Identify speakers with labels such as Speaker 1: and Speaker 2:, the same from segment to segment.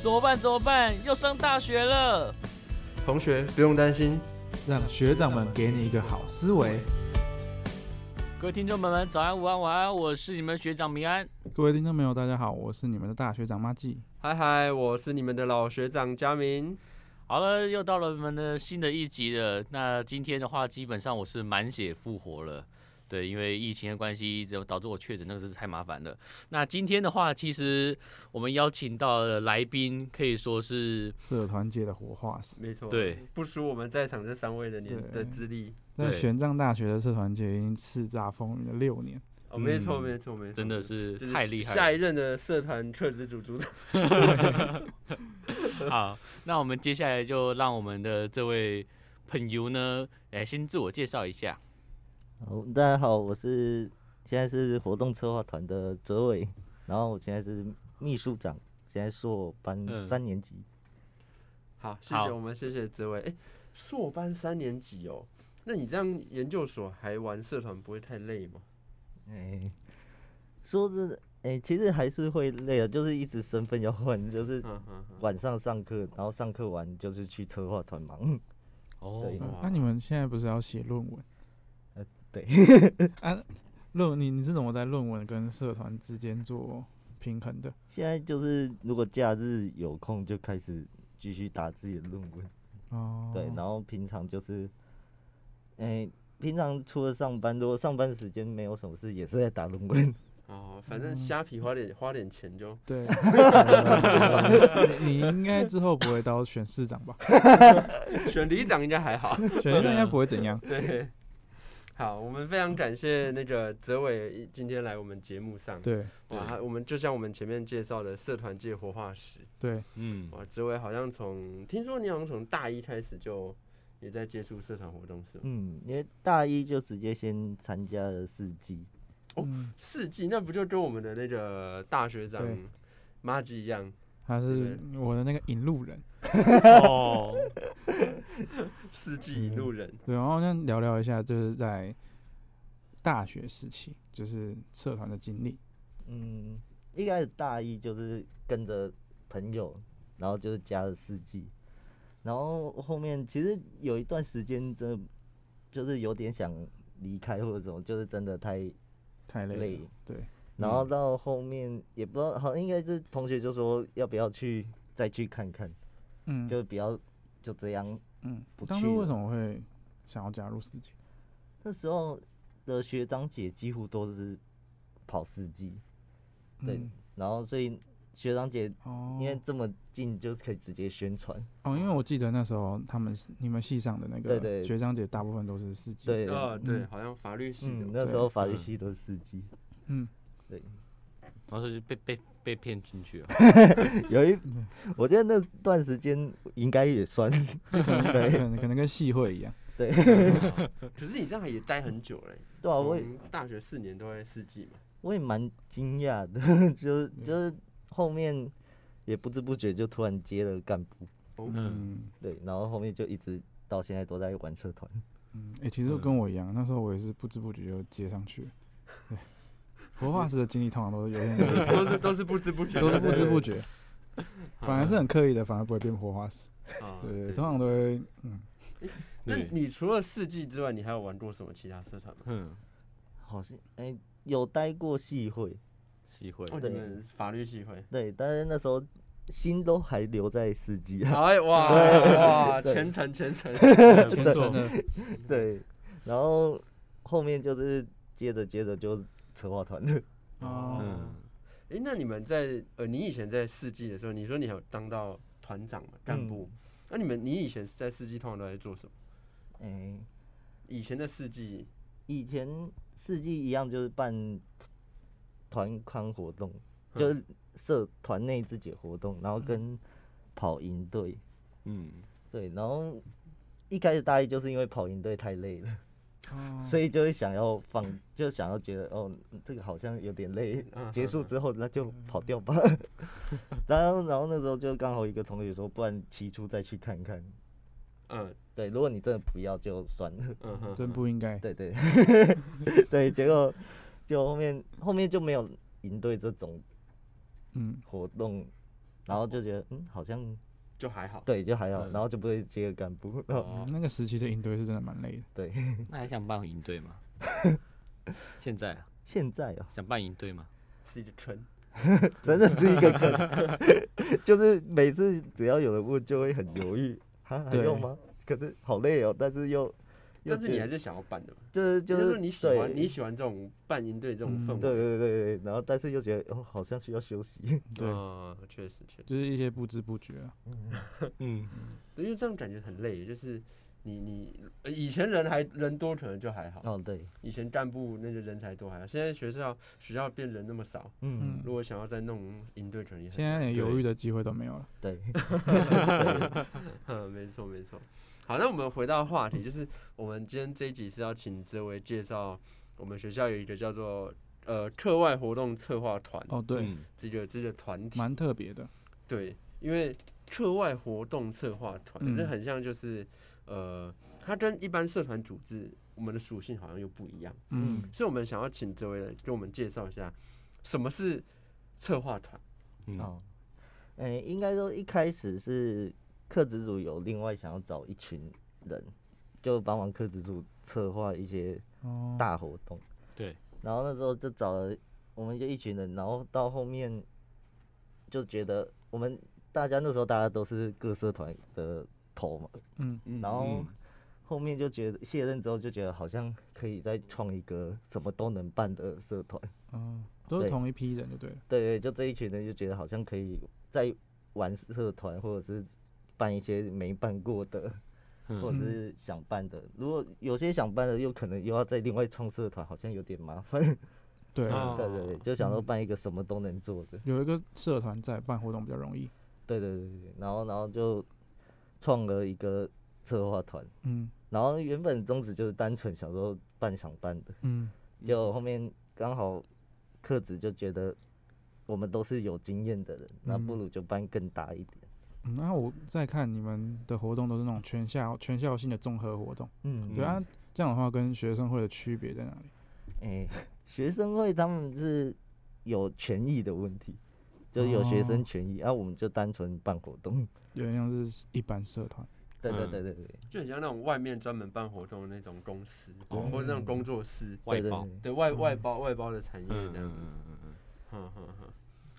Speaker 1: 怎么办？怎么办？要上大学了！
Speaker 2: 同学不用担心，
Speaker 3: 让学长们给你一个好思维。
Speaker 1: 各位听众朋友们，早安、午安、晚安，我是你们学长明安。
Speaker 3: 各位听众朋友，大家好，我是你们的大学长马季。
Speaker 2: 嗨嗨，我是你们的老学长佳明。
Speaker 1: 好了，又到了我们的新的一集了。那今天的话，基本上我是满血复活了。对，因为疫情的关系，就导致我确诊，那个真是太麻烦了。那今天的话，其实我们邀请到的来宾可以说是
Speaker 3: 社团界的活化石，
Speaker 2: 没错，
Speaker 1: 对，
Speaker 2: 不输我们在场这三位的年的
Speaker 3: 对
Speaker 2: 资历。
Speaker 3: 在
Speaker 1: 对
Speaker 3: 玄奘大学的社团界已经叱咤风云了六年。
Speaker 2: 哦，没错，
Speaker 1: 嗯
Speaker 2: 没错，没错，
Speaker 1: 真的
Speaker 2: 没错
Speaker 1: 是
Speaker 2: 就是
Speaker 1: 太厉害了
Speaker 2: 下一任的社团特职组组长，
Speaker 1: 好，那我们接下来就让我们的这位朋友呢，来先自我介绍一下。
Speaker 4: 好，大家好，我是现在是活动策划团的哲伟，然后我现在是秘书长，现在硕班
Speaker 1: 嗯
Speaker 4: 三年级。
Speaker 2: 好，谢
Speaker 1: 好
Speaker 2: 谢我们，谢谢紫薇。哎，硕班三年级哦，那你这样研究所还玩社团，不会太累吗？
Speaker 4: 哎、说真的，哎、其实还是会累的，就是一直身份要换，就是
Speaker 2: 嗯嗯嗯。
Speaker 4: 晚上上课，然后上课完就是去策划团忙。
Speaker 1: 哦
Speaker 4: 对
Speaker 3: 呃
Speaker 2: 哇
Speaker 3: 那、你们现在不是要写论文？
Speaker 4: 呃，对。
Speaker 3: 啊，论文你你是怎么在论文跟社团之间做平衡的？
Speaker 4: 现在就是如果假日有空就开始继续打自己的论文，
Speaker 3: 哦，
Speaker 4: 对，然后平常就是，哎、平常除了上班，如果上班时间没有什么事，也是在打论文。
Speaker 2: 哦，反
Speaker 1: 嗯
Speaker 2: 正虾皮花点花点钱就
Speaker 3: 对， 呃你你应该之后不会到选市长吧？
Speaker 2: 选里长应该还好。
Speaker 3: 选市长应该不会怎样。
Speaker 2: 对，好，我们非常感谢那个泽伟今天来我们节目上。
Speaker 3: 对
Speaker 2: 哇，
Speaker 1: 对
Speaker 2: 他啊我们就像我们前面介绍的社团界活化石。
Speaker 3: 对，
Speaker 1: 嗯，
Speaker 2: 哇，泽伟好像从听说你好像从大一开始就也在接触社团活动是吗？
Speaker 4: 嗯，因为大一就直接先参加了四季，
Speaker 2: 哦
Speaker 3: 嗯，
Speaker 2: 四季那不就跟我们的那个大学长
Speaker 3: 对
Speaker 2: 马吉一样，
Speaker 3: 他是我的那个引路人。
Speaker 1: 哦，
Speaker 2: 四季引路人。
Speaker 3: 对，然后先聊聊一下，就是在大学时期，就是社团的经历。
Speaker 4: 嗯，一开始大一就是跟着朋友，然后就是加了四季，然后后面其实有一段时间真的就是有点想离开或者什么，就是真的太
Speaker 3: 太累了，
Speaker 4: 累
Speaker 3: 对，嗯
Speaker 4: 然后到后面也不知道，好像应该是同学就说要不要去再去看看，
Speaker 3: 嗯，
Speaker 4: 就不要就这样。
Speaker 3: 嗯，
Speaker 4: 不
Speaker 3: 当
Speaker 4: 去
Speaker 3: 初为
Speaker 4: 了
Speaker 3: 什么会想要加入四级？
Speaker 4: 那时候的学长姐几乎都是跑四季，对，
Speaker 3: 嗯
Speaker 4: 然后所以学长姐
Speaker 3: 哦，
Speaker 4: 因为这么近就是可以直接宣传，
Speaker 3: 哦，因为我记得那时候他们你们系上的那
Speaker 4: 对
Speaker 3: 个
Speaker 4: 对
Speaker 3: 学长姐，大部分都是四级，
Speaker 4: 对，
Speaker 2: 哦，对，
Speaker 3: 嗯
Speaker 2: 好像法律系
Speaker 4: 嗯，
Speaker 2: 的。
Speaker 4: 那时候法
Speaker 1: 嗯
Speaker 4: 律系都是四季，
Speaker 3: 嗯，
Speaker 4: 对，
Speaker 1: 然后就被被被骗进去了。
Speaker 4: 有一，我觉得那段时间应该也 算，
Speaker 3: 可
Speaker 4: 对
Speaker 3: 能可能跟系会一样，
Speaker 4: 对
Speaker 2: 可是你这样也待很久嘞，
Speaker 4: 对
Speaker 3: 哦
Speaker 4: 啊，我也
Speaker 2: 从大学四年都在四季嘛。
Speaker 4: 我也蛮惊讶的， 就是就是后面也不知不觉就突然接了干部，
Speaker 2: 哦，
Speaker 1: 嗯，
Speaker 3: 嗯
Speaker 4: 对，然后后面就一直到现在都在玩社团，
Speaker 3: 嗯，哎，其实跟我一样，那时候我也是不知不觉就接上去了，对，活化石的经历通常都是有点
Speaker 2: 都是 都是不知不觉，
Speaker 3: 都是不知不
Speaker 2: 觉，
Speaker 3: 觉，反而是很刻意的，反而不会变活化石，
Speaker 1: 嗯
Speaker 2: 啊
Speaker 3: 对对，通常都会嗯。
Speaker 2: 那
Speaker 1: 对
Speaker 2: 你除了四季之外，你还有玩过什么其他社团吗？
Speaker 1: 嗯，
Speaker 4: 好像哎、有待过系会，
Speaker 1: 机会
Speaker 2: 哦，你
Speaker 4: 对
Speaker 2: 们法律系会。
Speaker 4: 对，但是那时候心都还留在四季啊，
Speaker 2: 哎哇哇，
Speaker 4: 对
Speaker 2: 虔诚虔诚，
Speaker 1: 前
Speaker 3: 真
Speaker 1: 奏
Speaker 3: 的，
Speaker 4: 对，然后后面就是接着接着就策划团了，
Speaker 3: 哦
Speaker 1: 嗯，
Speaker 2: 哎，那你们在呃，你以前在四季的时候，你说你有当到团长嘛，干部？
Speaker 4: 嗯
Speaker 2: 那你们你以前在四季通常都在做什么？
Speaker 4: 哎、
Speaker 2: 以前的四季
Speaker 4: 以前四季一样就是办团刊活动，就是社团内自己的活动，然后跟跑营队，
Speaker 1: 嗯，
Speaker 4: 对，然后一开始大一就是因为跑营队太累了，
Speaker 3: 哦
Speaker 4: 所以就会想要放，就想要觉得哦，这个好像有点累
Speaker 2: 嗯，
Speaker 4: 结束之后那就跑掉吧。 然后，然后那时候就刚好一个同学说，不然期初再去看看。
Speaker 2: 嗯
Speaker 4: 对，如果你真的不要就算了。
Speaker 2: 嗯哼，
Speaker 3: 真不应该。
Speaker 4: 对 对对，结果就后面后面就没有营队这种
Speaker 3: 嗯，
Speaker 4: 活动，然后就觉得嗯好像
Speaker 2: 就还好。
Speaker 4: 对就还好，
Speaker 1: 嗯
Speaker 4: 然后就不会接干部，然后
Speaker 1: 哦，
Speaker 3: 那个时期的应对是真的蛮累的。
Speaker 4: 嗯
Speaker 1: 那还想办营队 吗？现在啊
Speaker 4: 现在哦、
Speaker 1: 想办营队吗？
Speaker 2: 是一个坑，
Speaker 4: 真的是一个坑， 就是每次只要有人问，就会很犹豫，啊，还
Speaker 3: 对
Speaker 4: 用吗？可是好累哦、但是又又
Speaker 2: 但是你
Speaker 4: 觉
Speaker 2: 还
Speaker 4: 得
Speaker 2: 是想要办的嘛？
Speaker 4: 就是就
Speaker 2: 应该
Speaker 4: 是
Speaker 2: 说你喜欢
Speaker 4: 对
Speaker 2: 你喜欢这种办营队这种氛
Speaker 3: 嗯
Speaker 2: 围。
Speaker 4: 对对对对，然后但是又觉得哦，好像需要休息，
Speaker 3: 对，
Speaker 2: 嗯，确实确实，
Speaker 3: 就是一些不知不觉啊。
Speaker 1: 嗯，
Speaker 2: 因为这样感觉很累，就是你你呃以前人还人多可能就还好，
Speaker 4: 哦对，
Speaker 2: 以前干部那个人才多还好，现在学校学校变人那么少，
Speaker 4: 嗯
Speaker 3: 嗯
Speaker 2: 如果想要再弄营队，可能也很
Speaker 3: 现在
Speaker 2: 难
Speaker 3: 连
Speaker 1: 对
Speaker 3: 犹豫的机会都没有了。
Speaker 4: 对，
Speaker 2: 嗯，没错没错。好，那我们回到话题，就是我们今天这一集是要请这位介绍我们学校有一个叫做呃课外活动策划团
Speaker 3: 哦，对，
Speaker 1: 嗯，
Speaker 2: 这个这个团体。
Speaker 3: 蛮特别的。
Speaker 2: 对，因为课外活动策划团，
Speaker 3: 嗯
Speaker 2: 这很像就是呃，它跟一般社团组织我们的属性好像又不一样，
Speaker 3: 嗯，
Speaker 2: 所以我们想要请这位来给我们介绍一下什么是策划团。
Speaker 1: 嗯
Speaker 4: 哦，哎、应该说一开始是客职组有另外想要找一群人，就帮忙客职组策划一些
Speaker 3: 哦，
Speaker 4: 大活动，
Speaker 1: 嗯对，
Speaker 4: 然后那时候就找了，我们就一群人，然后到后面就觉得我们大家那时候大家都是各社团的头嘛，
Speaker 3: 嗯，
Speaker 4: 然后
Speaker 1: 嗯
Speaker 4: 后面就觉得卸任之后就觉得好像可以再创一个什么都能办的社团，
Speaker 3: 哦，都是
Speaker 4: 对
Speaker 3: 同一批人就对了。
Speaker 4: 对对，就这一群人就觉得好像可以再玩社团或者是办一些没办过的，或
Speaker 1: 嗯
Speaker 4: 者是想办的，如果有些想办的又可能又要再另外创社团，好像有点麻烦。
Speaker 3: 对，
Speaker 1: 哦
Speaker 4: 对对对，就想说
Speaker 3: 嗯
Speaker 4: 办一个什么都能做的，
Speaker 3: 有一个社团在办活动比较容易。
Speaker 4: 对对对对，然后然后就创了一个策划团，
Speaker 3: 嗯
Speaker 4: 然后原本宗旨就是单纯想说办想办的，
Speaker 3: 嗯，
Speaker 4: 结果后面刚好克子就觉得我们都是有经验的人，那不
Speaker 3: 嗯
Speaker 4: 如就办更大一点，
Speaker 3: 嗯那我再看你们的活动都是那种全校全校性的综合活动，
Speaker 4: 嗯，
Speaker 3: 对啊，这样的话跟学生会的区别在哪里？
Speaker 4: 哎、学生会他们是有权益的问题，就有学生
Speaker 3: 哦
Speaker 4: 权益，啊，我们就单纯办活动，
Speaker 3: 有点像是一般社团。
Speaker 4: 对对
Speaker 1: 嗯
Speaker 4: 对对对，
Speaker 2: 就很像那种外面专门办活动的那种公司，
Speaker 1: 哦
Speaker 2: 或者那种工作室，
Speaker 1: 外
Speaker 4: 对嗯对
Speaker 1: 包
Speaker 4: 对
Speaker 2: 对外外包外包的产业
Speaker 1: 嗯嗯
Speaker 2: 这样子。
Speaker 1: 嗯嗯嗯，
Speaker 2: 哼哼哼。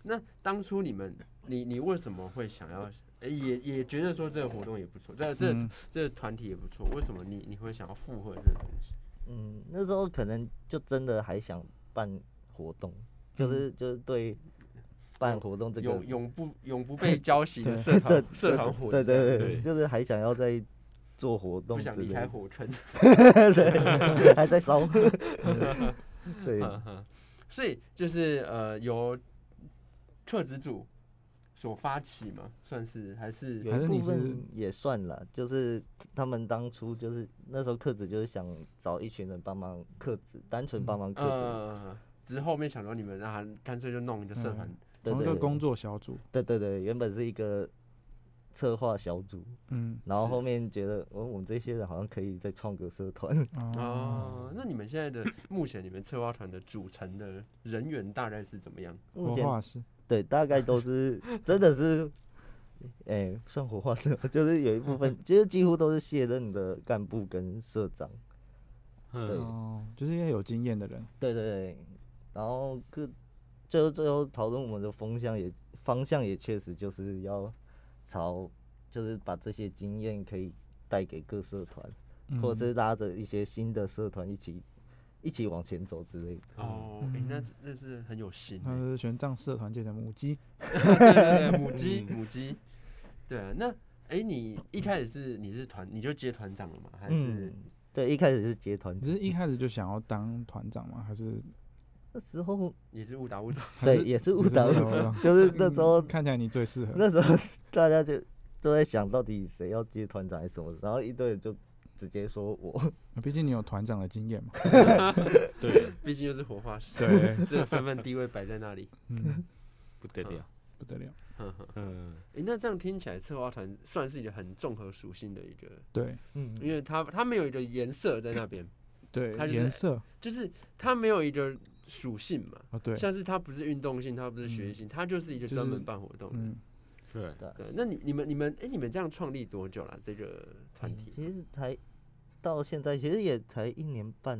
Speaker 2: 那当初你们，你你为什么会想要，诶也也觉得说这个活动也不错，这这、
Speaker 3: 嗯
Speaker 2: 这个团体也不错，为什么你你会想要附和这个东西？
Speaker 4: 嗯，那时候可能就真的还想办活动，就是、就是对办活动这个
Speaker 2: 永，永不永不被浇熄的
Speaker 3: 对
Speaker 2: 社团社团火，
Speaker 4: 对对对，
Speaker 1: 对
Speaker 4: 就是还想要再做活动
Speaker 2: 不
Speaker 4: 之
Speaker 2: 想离
Speaker 4: 类
Speaker 2: 开
Speaker 4: 的，
Speaker 2: 火坑。
Speaker 4: 对，还在烧，对，
Speaker 2: 哼哼嗯所以就是呃，由特职组所发起嘛，算是还是
Speaker 4: 有
Speaker 3: 还
Speaker 4: 一
Speaker 3: 是
Speaker 4: 部
Speaker 3: 你是
Speaker 4: 分也算了，就是他们当初就是那时候克子就是想找一群人帮忙克子，单纯
Speaker 3: 嗯
Speaker 4: 帮忙克子，
Speaker 2: 呃，只是后面想说你们让他干脆就弄一个社团
Speaker 3: 嗯，
Speaker 4: 对
Speaker 3: 从一个
Speaker 4: 对对
Speaker 3: 工作小组，
Speaker 4: 对对对，原本是一个策划小组，
Speaker 3: 嗯，
Speaker 4: 然后
Speaker 2: 是
Speaker 4: 后面觉得哦，我们这些人好像可以再创个社团，
Speaker 3: 哦，
Speaker 2: 哦，那你们现在的目前你们策划团的组成的人员大概是怎么样？
Speaker 4: 目
Speaker 3: 活
Speaker 4: 前
Speaker 3: 化是，
Speaker 4: 对大概都 是真的是。哎、算活化社， 就是有一 部分，其实几乎都是卸任的干部跟社长，对
Speaker 1: 嗯
Speaker 3: 哦，就是要有经验的人，
Speaker 4: 对对对，然后各最后最后讨论我们的风向也方向也确实就是要朝，就是把这些经验可以带给各社团，
Speaker 3: 嗯
Speaker 4: 或者是拉着一些新的社团一起一起往前走之类的。
Speaker 2: 哦，诶，那那是很有心
Speaker 3: 他
Speaker 2: 欸，
Speaker 3: 是玄奘社团界的母鸡，
Speaker 2: 对对对，母鸡
Speaker 1: 嗯
Speaker 2: 母鸡，对啊，那诶，你一开始是你是团你就接团长了吗？还是
Speaker 4: 嗯，对，一开始是结团
Speaker 3: 你
Speaker 4: 制，
Speaker 3: 是一开始就想要当团长吗？还是
Speaker 4: 那时候
Speaker 2: 也是误打误撞？
Speaker 3: 还
Speaker 4: 对也是误
Speaker 3: 就是
Speaker 4: 打误
Speaker 3: 误打误
Speaker 4: 撞
Speaker 3: 撞，
Speaker 4: 就是那时候
Speaker 3: 嗯看起来你最适合，
Speaker 4: 那时候大家就都在想到底谁要接团长还是什么，然后一堆人就直接说我，
Speaker 3: 呃毕竟你有团长的经 验嘛。
Speaker 1: 对，
Speaker 2: 毕竟又是活化石，
Speaker 3: 对，
Speaker 2: 这个身份地位摆在那里。
Speaker 3: 嗯，
Speaker 1: 不得了，
Speaker 3: 不得了。
Speaker 2: 呵呵
Speaker 1: 嗯，
Speaker 2: 诶，那这样听起来，策划团算是一个很综合属性的一个，
Speaker 3: 对
Speaker 4: 嗯
Speaker 2: 因为它它没有一个颜色在那边，
Speaker 3: 对
Speaker 2: 他，就是
Speaker 3: 颜色
Speaker 2: 就是它没有一个属性嘛。
Speaker 3: 哦，对，嗯
Speaker 2: 像是它不是运动性，它不是学习性，它就是一个
Speaker 3: 就
Speaker 2: 专
Speaker 3: 是
Speaker 2: 门办活动的。
Speaker 3: 嗯，
Speaker 1: 对，
Speaker 2: 对，那你你们你们哎、你们这样创立多久了？这个团
Speaker 4: 嗯
Speaker 2: 体
Speaker 4: 其实才到现在，其实也才一年半，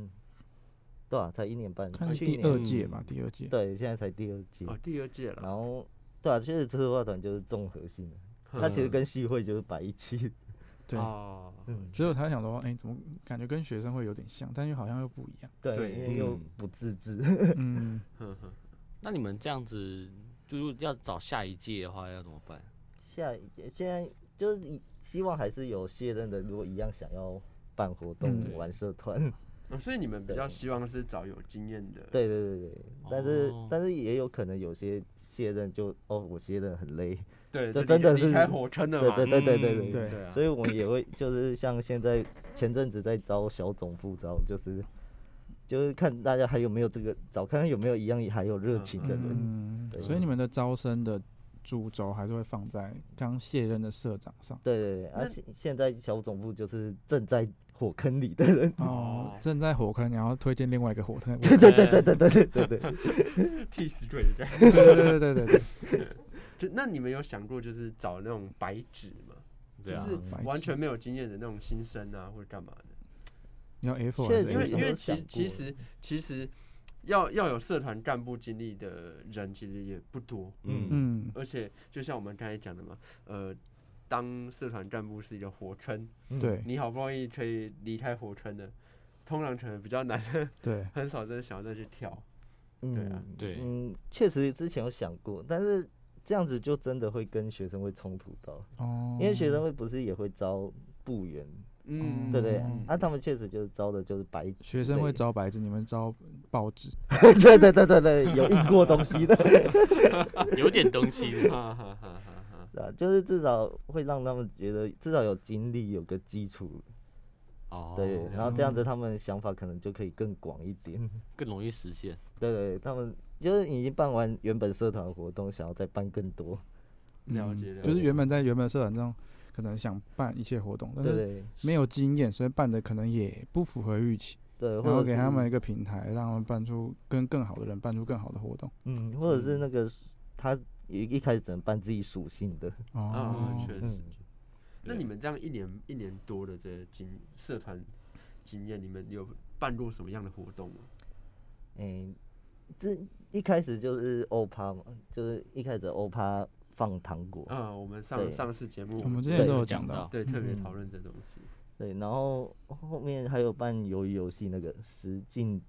Speaker 4: 对吧、才一年半，
Speaker 3: 看是
Speaker 4: 去
Speaker 3: 第
Speaker 4: 年
Speaker 3: 二届吧
Speaker 1: 嗯，
Speaker 3: 第二届。
Speaker 4: 对，现在才第二季。
Speaker 2: 哦，第二届了。
Speaker 4: 然后，对啊，其实策划团就是综合性的，它其实
Speaker 2: 嗯
Speaker 4: 跟系会就是摆一起。
Speaker 3: 对，
Speaker 2: 哦，
Speaker 4: 嗯，
Speaker 3: 只有他想说，哎，怎么感觉跟学生会有点像，但又好像又不 一样。
Speaker 4: 对，
Speaker 2: 对
Speaker 4: 因为又
Speaker 1: 嗯
Speaker 4: 不自制。
Speaker 3: 嗯，
Speaker 2: 呵呵
Speaker 1: 那你们这样子，如果要找下一届的话，要怎么办？
Speaker 4: 下一届现在就是以希望还是有卸任的，如果一样想要办活动、
Speaker 3: 嗯
Speaker 4: 玩社团，
Speaker 2: 哦所以你们比较
Speaker 4: 对
Speaker 2: 希望是找有经验的，，
Speaker 4: 对对对对。但是、
Speaker 1: 哦
Speaker 4: 但是也有可能有些卸任就哦，我卸任很累，
Speaker 2: 对，
Speaker 4: 这
Speaker 2: 就
Speaker 4: 真
Speaker 2: 离
Speaker 4: 的
Speaker 2: 离
Speaker 4: 是
Speaker 2: 开火坑了
Speaker 4: 对
Speaker 2: 嘛，
Speaker 4: 对对对对
Speaker 1: 嗯
Speaker 4: 对
Speaker 3: 对
Speaker 2: 对啊，
Speaker 4: 所以我们也会就是像现在前阵子在招小总副招，就是就是看大家还有没有这个，找看看有没有一样还有热情的人。
Speaker 3: 嗯，
Speaker 4: 对
Speaker 3: 所以你们的招生的主轴还是会放在刚卸任的社长上。
Speaker 4: 对对对，而、
Speaker 2: 那
Speaker 4: 啊、现现在小总部就是正在火坑里的人。
Speaker 3: 哦
Speaker 2: 哦，
Speaker 3: 正在火坑，然后推荐另外一个火坑。
Speaker 4: 对
Speaker 1: 啊
Speaker 4: 对对对对对对对对。
Speaker 2: 替死鬼的感觉。
Speaker 3: 对对对对对对，
Speaker 2: 就那你们有想过就是找那种白纸吗？
Speaker 1: 对 啊
Speaker 2: 就，是
Speaker 3: 白
Speaker 2: 完
Speaker 3: 纸
Speaker 2: 全没有经验的那种新生啊，或者干嘛的？
Speaker 3: 你要 F 还
Speaker 4: 确
Speaker 3: 是
Speaker 4: 实
Speaker 2: 因为
Speaker 3: S？
Speaker 2: 因
Speaker 4: 没
Speaker 2: 为
Speaker 4: 有
Speaker 2: 其
Speaker 4: 想
Speaker 2: 实其
Speaker 4: 过
Speaker 2: 实其实要要有社团干部经历的人其实也不多，
Speaker 1: 嗯，
Speaker 3: 嗯，
Speaker 2: 而且就像我们刚才讲的嘛，呃，当社团干部是一个火坑，
Speaker 4: 嗯
Speaker 3: 对
Speaker 2: 你好不容易可以离开火坑的，通常可能比较难，
Speaker 3: 对，
Speaker 2: 很少真的想要再去跳。对啊
Speaker 4: 嗯
Speaker 1: 对
Speaker 4: 嗯，确实之前有想过，但是这样子就真的会跟学生会冲突到，
Speaker 3: 哦，
Speaker 4: 因为学生会不是也会招部员，
Speaker 2: 嗯，
Speaker 4: 对不对
Speaker 3: 嗯？
Speaker 4: 啊，他们确实就是招的就是白纸
Speaker 3: 学生会
Speaker 4: 类的，
Speaker 3: 招白纸，你们招报纸。
Speaker 4: 对对对对对，有印过东西的，
Speaker 1: 啊有点东西 的
Speaker 2: 哈哈哈哈哈。
Speaker 4: 对啊，就是至少会让他们觉得至少有经历，有个基础，
Speaker 1: 哦，
Speaker 4: 对，然
Speaker 1: 后
Speaker 4: 后这样子他们想法可能就可以更广一点，
Speaker 1: 更容易实现。
Speaker 4: 对对，他们就是已经办完原本社团活动，想要再办更多，
Speaker 2: 了解
Speaker 3: 嗯
Speaker 2: 了
Speaker 3: 就是
Speaker 2: 解
Speaker 3: 原本在原本的社团中，可能想办一些活动，但
Speaker 4: 对
Speaker 3: 是
Speaker 4: 对
Speaker 3: 没有经验，所以办的可能也不符合预期。
Speaker 4: 对，
Speaker 3: 然
Speaker 4: 或
Speaker 3: 后
Speaker 4: 者
Speaker 3: 给他
Speaker 4: 是
Speaker 3: 们一个平台，让他们办出跟更好的人办出更好的活动。
Speaker 4: 嗯，或者是那个他一一开始只能办自己属性的，
Speaker 2: 嗯，
Speaker 3: 哦
Speaker 2: 确，实。
Speaker 4: 嗯
Speaker 2: 那你们这样一年一年多的这经社团经验，你们有办过什么样的活动吗？
Speaker 4: 诶、哎这一开始就是欧趴嘛，就是一开始欧趴放糖果，
Speaker 2: 啊，我们上
Speaker 4: 对
Speaker 2: 上次节目
Speaker 3: 我们之
Speaker 2: 对
Speaker 3: 前都
Speaker 4: 对
Speaker 3: 有
Speaker 1: 有
Speaker 3: 讲
Speaker 1: 讲
Speaker 3: 到
Speaker 1: 到，
Speaker 2: 对特别
Speaker 4: 嗯
Speaker 2: 讨论这东西。
Speaker 4: 对，然后后面还有办鱿鱼游戏那个实境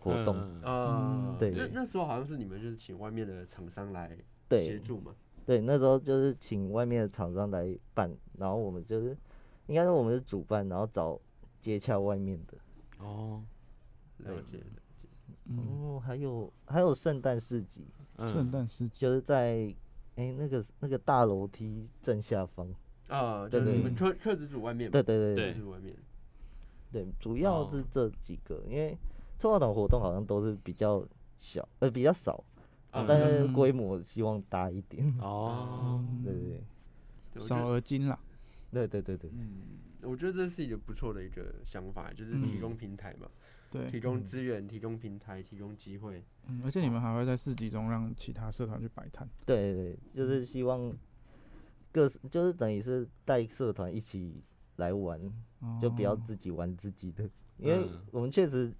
Speaker 4: 活动，
Speaker 1: 嗯
Speaker 2: 啊，
Speaker 4: 对
Speaker 2: 那那时候好像是你们就是请外面的厂商来协
Speaker 4: 对
Speaker 2: 助嘛。
Speaker 4: 对，那时候就是请外面的厂商来办，然后我们就是应该说我们是主办，然后找接洽外面的，
Speaker 1: 哦，
Speaker 2: 了解了解。
Speaker 3: 嗯，
Speaker 4: 哦，还有还有圣诞市集，
Speaker 3: 圣
Speaker 1: 嗯，
Speaker 3: 诞市集，
Speaker 4: 就是在诶、那个那个大楼梯正下方，
Speaker 2: 啊，就
Speaker 4: 对
Speaker 2: 是你
Speaker 4: 对
Speaker 2: 们车车子组外面嘛，
Speaker 4: 对对对对
Speaker 2: 车子组外面。
Speaker 4: 对，主要
Speaker 3: 哦
Speaker 4: 是这几个，因为策划党活动好像都是比较小，呃，比较少，
Speaker 2: 啊
Speaker 4: 但
Speaker 2: 对
Speaker 4: 是
Speaker 3: 嗯
Speaker 4: 规模希望大一点。
Speaker 1: 哦，
Speaker 3: 嗯，
Speaker 4: 对对
Speaker 2: 我觉
Speaker 3: 少
Speaker 2: 得
Speaker 3: 而精啦。
Speaker 4: 对对对对对，
Speaker 2: 嗯，我觉得这是一个不错的一个想法，就是提
Speaker 3: 嗯
Speaker 2: 供平台嘛，提
Speaker 3: 对，
Speaker 2: 供
Speaker 4: 嗯
Speaker 2: 资源，提供平台，提供机会。
Speaker 3: 嗯，而且你们还会在市集中让其他社团去摆摊。
Speaker 4: 对对，
Speaker 3: 嗯
Speaker 4: 就是希望各就是等于是带社团一起来玩，就不要
Speaker 3: 哦
Speaker 4: 自己玩自己的，因为
Speaker 1: 嗯
Speaker 4: 我们确实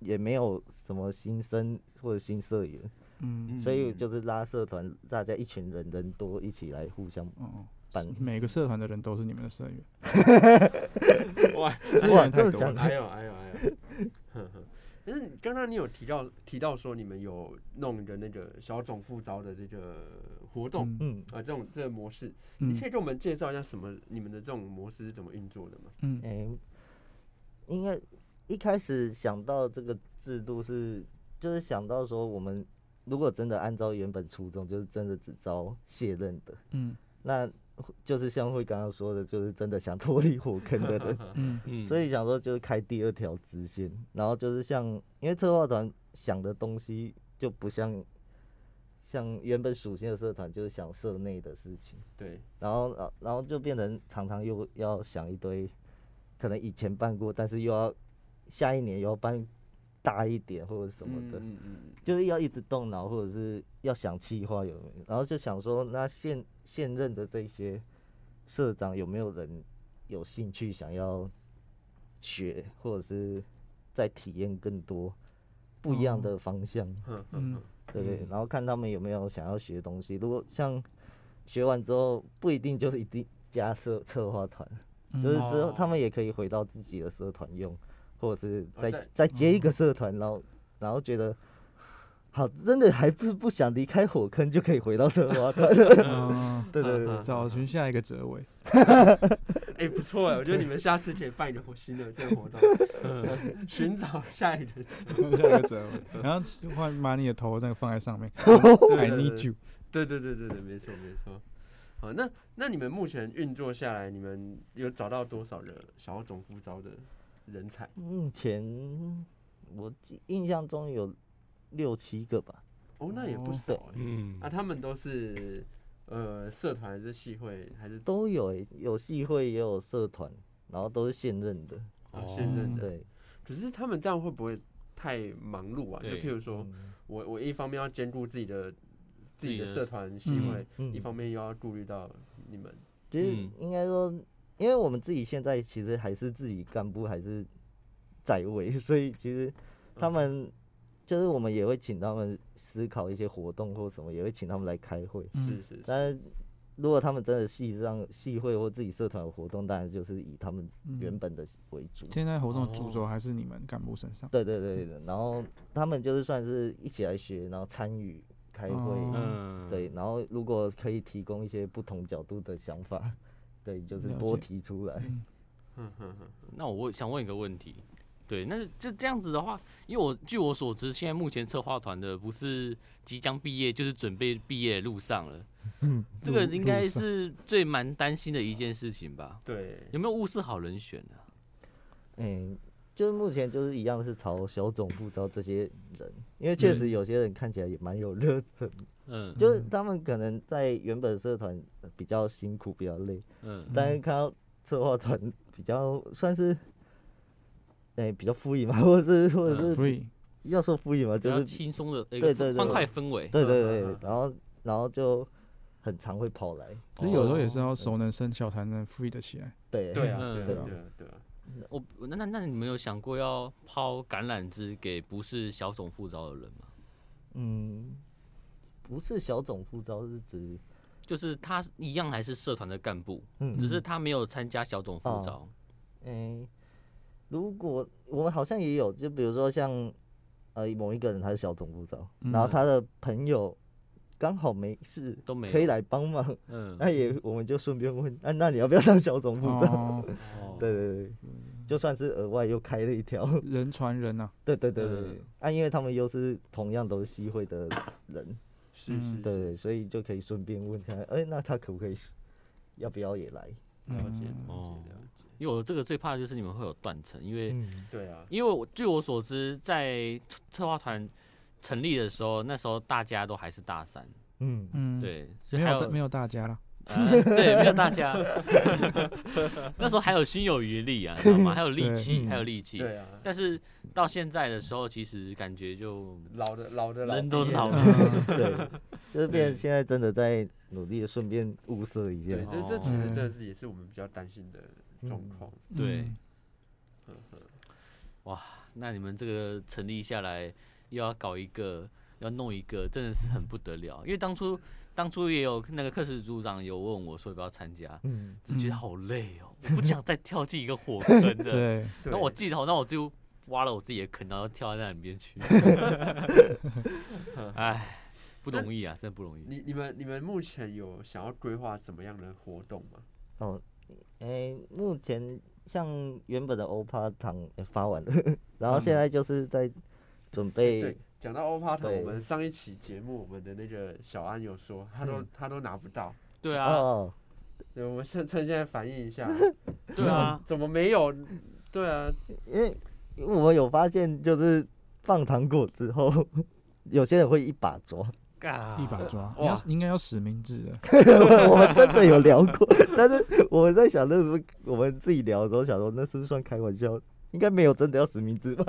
Speaker 4: 也没有什么新生或者新社员，
Speaker 3: 嗯，
Speaker 4: 所以
Speaker 2: 嗯
Speaker 4: 就是拉社团，大家一群人人多一起来互相。
Speaker 3: 哦，
Speaker 4: 办
Speaker 3: 是每个社团的人都是你们的社员，
Speaker 2: 哇，
Speaker 3: 资源太多了。
Speaker 2: 哎呦哎呦哎呦，呵呵。但是刚刚你有提到提到说你们有弄一个那个小总副招的这个活动
Speaker 3: 嗯
Speaker 4: 嗯，
Speaker 2: 啊、这种这个模式，你
Speaker 3: 嗯
Speaker 2: 可以给我们介绍一下什么你们的这种模式是怎么运作的吗？
Speaker 3: 嗯
Speaker 4: 哎、应该一开始想到这个制度是，就是想到说我们如果真的按照原本初衷，就是真的只招卸任的，
Speaker 3: 嗯
Speaker 4: 那就是像会刚刚说的，就是真的想脱离火坑的人，
Speaker 3: 嗯
Speaker 1: 嗯，
Speaker 4: 所以想说就是开第二条支线，然后就是像因为策划团想的东西就不像。像原本属性的社团就是想社内的事情，
Speaker 2: 对，
Speaker 4: 然后，然后然后就变成常常又要想一堆，可能以前办过，但是又要下一年又要办大一点或者什么
Speaker 2: 嗯
Speaker 4: 的，
Speaker 2: 嗯嗯
Speaker 4: 就是要一直动脑，或者是要想气话有没有，然后就想说，那现现任的这些社长有没有人有兴趣想要学，或者是再体验更多不一样的方向，
Speaker 2: 嗯嗯
Speaker 3: 嗯，
Speaker 4: 对不对
Speaker 3: 嗯？
Speaker 4: 然后看他们有没有想要学东西。如果像学完之后，不一定就是一定加社策划团，
Speaker 3: 嗯
Speaker 4: 就是之后他
Speaker 2: 哦
Speaker 4: 们也可以回到自己的社团用，或者是
Speaker 2: 哦
Speaker 4: 再
Speaker 2: 在
Speaker 4: 再接一个社团，然后然后觉得好，真的还不不想离开火坑，就可以回到社 花团。
Speaker 3: 嗯
Speaker 4: 对对对，
Speaker 3: 找寻下一个折尾。
Speaker 2: 哎、不错哎，我觉得你们下次可以办一个活新的这个活 动，嗯 寻找下一人。
Speaker 3: 下一个折 尾，然后换把你的头那个放在上 面，I need you。
Speaker 2: 对对对对对，没错没错。好，那那你们目前运作下来，你们有找到多少的想要总副招的人才？
Speaker 4: 目前我记印象中有六七个吧，
Speaker 2: 哦，那也不
Speaker 3: 哦
Speaker 2: 少 哎、
Speaker 1: 嗯
Speaker 2: 啊，他们都是呃社团还是系会还是
Speaker 4: 都有欸、有系会也有社团，然后都是现任的。
Speaker 2: 哦现任的？
Speaker 4: 对，
Speaker 2: 可是他们这样会不会太忙碌啊？就
Speaker 1: 对
Speaker 2: 譬如说
Speaker 4: 嗯
Speaker 2: 我我一方面要兼顾自己的
Speaker 1: 自
Speaker 2: 自己
Speaker 1: 己
Speaker 2: 的
Speaker 1: 的
Speaker 2: 社团系会，
Speaker 4: 嗯
Speaker 2: 一方面又要顾虑到你们。
Speaker 4: 就是
Speaker 1: 嗯
Speaker 4: 应该说，因为我们自己现在其实还是自己干部还是在位， 所以其实
Speaker 3: 嗯
Speaker 4: 他们就是我们也会请他们思考一些活动或什么，也会请他们来开会。
Speaker 2: 是
Speaker 3: 嗯，
Speaker 2: 是是，
Speaker 4: 但是如果他们真的系上系会或自己社团有活动，当然就是以他们原
Speaker 3: 嗯
Speaker 4: 本的为主。
Speaker 3: 现在活动
Speaker 2: 哦
Speaker 3: 的主轴还是你们干部身上。
Speaker 4: 对对对对，然后他们就是算是一起来学，然后参与开会，
Speaker 3: 哦
Speaker 1: 嗯，
Speaker 4: 对，然后如果可以提供一些不同角度的想法， 对，就是
Speaker 3: 了
Speaker 4: 多
Speaker 3: 解
Speaker 4: 提出来。
Speaker 3: 嗯
Speaker 2: 嗯哼哼，
Speaker 1: 那我问想问一个问题，对，那就这样子的话，因为我据我所知，现在目前策划团的不是即将毕业，就是准备毕业的路上了。这个
Speaker 3: 嗯路
Speaker 1: 应该
Speaker 3: 路上
Speaker 1: 是最蛮担心的一件事情吧？
Speaker 2: 对，
Speaker 1: 有没有物色好人选啊呢、
Speaker 4: 嗯，就是目前就是一样是朝小总部招这些人，因为
Speaker 2: 嗯
Speaker 4: 确实有些人看起来也蛮有热忱，
Speaker 1: 嗯
Speaker 4: 就是他们可能在原本社团呃比较辛苦、比较累，
Speaker 1: 嗯，
Speaker 4: 但是看到策划团比较算是，哎、比较敷衍嘛， 或者是或
Speaker 2: 嗯
Speaker 4: 者是
Speaker 3: free，
Speaker 4: 要说敷衍嘛，
Speaker 1: 比
Speaker 4: 就
Speaker 1: 较
Speaker 4: 是
Speaker 1: 轻松的一
Speaker 4: 对
Speaker 1: 个
Speaker 4: 对对
Speaker 1: 欢快氛围。
Speaker 4: 对对
Speaker 2: 嗯
Speaker 4: 对
Speaker 2: 嗯嗯，
Speaker 4: 然后然后就很常会跑来，
Speaker 3: 所以有时候也是
Speaker 1: 哦
Speaker 3: 要熟能生巧才能 free 得起来。
Speaker 4: 对
Speaker 2: 对啊，
Speaker 1: 嗯
Speaker 2: 对
Speaker 4: 对
Speaker 2: 啊
Speaker 4: 啊，
Speaker 2: 对啊，对啊。
Speaker 1: 我那那那你们有想过要抛橄榄枝给不是小总副招的人吗？
Speaker 4: 嗯，不是小总副招是指
Speaker 1: 就是他一样还是社团的干部，
Speaker 4: 嗯
Speaker 1: 只是他没有参加小总副
Speaker 4: 哦
Speaker 1: 招。
Speaker 4: 嗯，如果我们好像也有，就比如说像呃某一个人他是小总部长，然后
Speaker 1: 嗯
Speaker 4: 他的朋友刚好没事，
Speaker 1: 都没
Speaker 4: 可以哎
Speaker 1: 有
Speaker 4: 来帮忙，
Speaker 1: 嗯，
Speaker 4: 那也我们就顺便问，啊，那你要不要当小总部长？
Speaker 3: 哦，
Speaker 1: 哦
Speaker 4: 对对对，就算是额外又开了一条，
Speaker 3: 人传人呐，
Speaker 4: 对对对对，对
Speaker 1: 嗯
Speaker 4: 啊，因为他们又是同样都是西会的人，
Speaker 2: 是是，
Speaker 3: 嗯
Speaker 2: 是
Speaker 4: 对对，所以就可以顺便问看，哎、那他可不可以，要不要也来？
Speaker 2: 了解
Speaker 3: 嗯
Speaker 2: 了
Speaker 1: 哦
Speaker 2: 解了解，
Speaker 1: 因为我这个最怕的就是你们会有断层，因为、
Speaker 4: 嗯，
Speaker 2: 对啊，
Speaker 1: 因为我据我所知，在策策划团成立的时候，那时候大家都还是大三，
Speaker 4: 嗯，
Speaker 3: 嗯，，
Speaker 1: 对，所以
Speaker 3: 没
Speaker 1: 还
Speaker 3: 有
Speaker 1: 有
Speaker 3: 大没有大家了，
Speaker 1: 呃 对没有大家，那时候还有心有余力啊，你知道吗？还有力
Speaker 3: 对
Speaker 1: 气，
Speaker 3: 嗯
Speaker 1: 还有力气。
Speaker 2: 对啊，
Speaker 1: 但是到现在的时候，其实感觉就
Speaker 2: 老的老的老
Speaker 1: 人都
Speaker 2: 毕业
Speaker 1: 老了
Speaker 2: 了。
Speaker 3: 嗯
Speaker 4: 对，就是变成现在真的在努力的顺便物色一
Speaker 2: 对，
Speaker 4: 下。
Speaker 2: 这这
Speaker 1: 哦
Speaker 2: 其实真的是也是我们比较担心的状
Speaker 4: 嗯
Speaker 2: 况。
Speaker 1: 对
Speaker 3: 嗯
Speaker 2: 呵呵
Speaker 1: 那你们这个成立下来，又要搞一个，要弄一个，真的是很不得了。因为当初当初也有那个课室组长有问我说要不要参加，
Speaker 4: 嗯，
Speaker 1: 只觉得
Speaker 3: 嗯
Speaker 1: 好累哦，我不想再跳进一个火坑的。
Speaker 3: 对，
Speaker 1: 然后我记得，那我就挖了我自己的坑，然后跳到那里面去。哎，不容易啊，真的不容易。
Speaker 2: 你你们你们目前有想要规划怎么样的活动吗？
Speaker 4: 哦，哎、目前像原本的欧趴糖也发完了， 然后现在就是在准
Speaker 2: 哎
Speaker 4: 备
Speaker 2: 对，讲到欧趴糖，我
Speaker 4: 对
Speaker 2: 们上一期节目我们的那个小安有说，他都
Speaker 4: 嗯
Speaker 2: 他都拿不到。
Speaker 1: 对啊，
Speaker 4: 哦，
Speaker 2: 对，我们趁趁现在反映一下，
Speaker 1: 对啊，
Speaker 2: 怎么没 有？对啊，
Speaker 4: 因为因为我有发现，就是放糖果之后， 有些人会一把 抓，
Speaker 1: 尬
Speaker 3: 一把抓，你要
Speaker 2: 哇
Speaker 3: 应该要实名制的，
Speaker 4: 我们真的有聊过， 但是我们在想那时候我们自己聊的时候，想说那是不是算开玩笑？应该没有真的要实名制吧？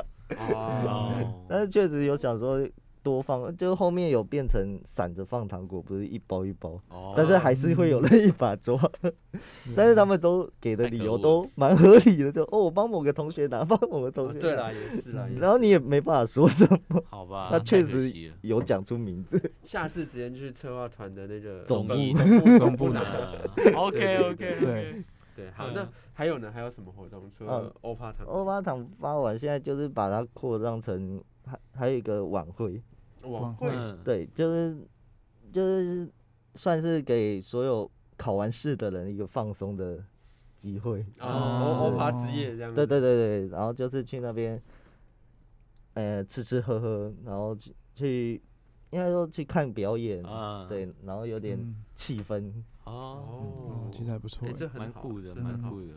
Speaker 2: 哦，
Speaker 4: 但
Speaker 1: 哦，
Speaker 4: 是确实有想说多放，就是后面有变成散着放糖果，不是一包一包，
Speaker 1: 哦
Speaker 2: 哦
Speaker 4: 但是还是会
Speaker 2: 嗯
Speaker 4: 有人一把抓。 但是他们都给的理由都蛮合理的，就哦，我帮某个同学拿， 帮某个同学拿。
Speaker 2: 哦对啦，也是啦，也
Speaker 4: 然后你也没办法说什么，
Speaker 1: 好吧，
Speaker 4: 那
Speaker 1: 太
Speaker 4: 确
Speaker 1: 可
Speaker 4: 实
Speaker 1: 惜了
Speaker 4: 有讲出名字。
Speaker 2: 下次直接去策划团的那个
Speaker 4: 总
Speaker 2: 本
Speaker 4: 部
Speaker 2: 部
Speaker 3: 总
Speaker 2: 总
Speaker 3: 部
Speaker 2: 部
Speaker 3: 拿
Speaker 2: 拿。
Speaker 1: 嗯 OK
Speaker 2: 对
Speaker 1: OK
Speaker 3: 对
Speaker 1: OK，
Speaker 2: 对，好，
Speaker 1: 嗯
Speaker 2: 那还有呢？还有什么活动？除了欧帕糖
Speaker 4: 嗯欧巴糖发完，现在就是把它扩张成还还有一个晚会，
Speaker 2: 晚
Speaker 3: 对
Speaker 2: 会啊
Speaker 1: 嗯，
Speaker 4: 对，就是就是算是给所有考完试的人一个放松的机会。
Speaker 2: 啊，欧欧帕之夜这样子。
Speaker 4: 对对对对，然后就是去那边，呃，吃吃喝喝，然后去去，应该说去看表演，
Speaker 1: 啊，
Speaker 4: 对，然后有点
Speaker 3: 嗯
Speaker 4: 气氛，
Speaker 1: 哦，
Speaker 3: 哦
Speaker 2: 哦，，
Speaker 3: 其实还不错
Speaker 2: 哎，
Speaker 3: 欸，
Speaker 2: 这
Speaker 1: 蛮
Speaker 2: 很好
Speaker 1: 酷的，
Speaker 2: 真
Speaker 1: 蛮
Speaker 2: 好
Speaker 1: 酷的，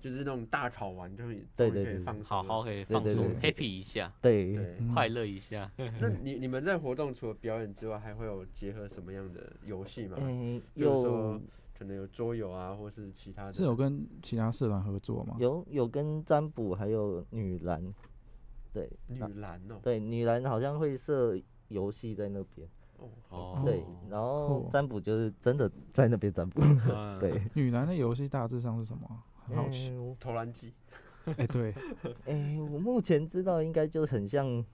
Speaker 2: 就是那种大考完就会
Speaker 4: 对
Speaker 2: 终于
Speaker 4: 对
Speaker 2: 可以
Speaker 4: 对
Speaker 2: 放松
Speaker 1: 好
Speaker 2: 了
Speaker 1: 好可以
Speaker 4: 对
Speaker 1: 放
Speaker 4: 对
Speaker 1: 松
Speaker 4: 对
Speaker 1: ，happy 一下，
Speaker 4: 对，
Speaker 2: 对。
Speaker 3: 嗯
Speaker 1: 快乐一下。
Speaker 2: 那你你们在活动除了表演之外，还会有结合什么样的游戏吗？
Speaker 4: 嗯，
Speaker 2: 比如说
Speaker 4: 有
Speaker 2: 可能有桌游啊，或是其他的。
Speaker 3: 是有跟其他社团合作吗？
Speaker 4: 有有跟占卜还有女篮，对
Speaker 2: 女
Speaker 4: 那
Speaker 2: 篮哦，
Speaker 4: 对，女篮好像会设游戏在那边，
Speaker 2: 哦好
Speaker 1: 哦，
Speaker 4: 对，然后
Speaker 3: 酷
Speaker 4: 占卜就是真的在那边占卜，
Speaker 1: 嗯
Speaker 4: 对，，
Speaker 3: 女篮的游戏大致上是什么啊？很好奇。
Speaker 4: 嗯
Speaker 2: 投篮机
Speaker 3: 哎， 对，
Speaker 4: 哎、我目前知道应该就很像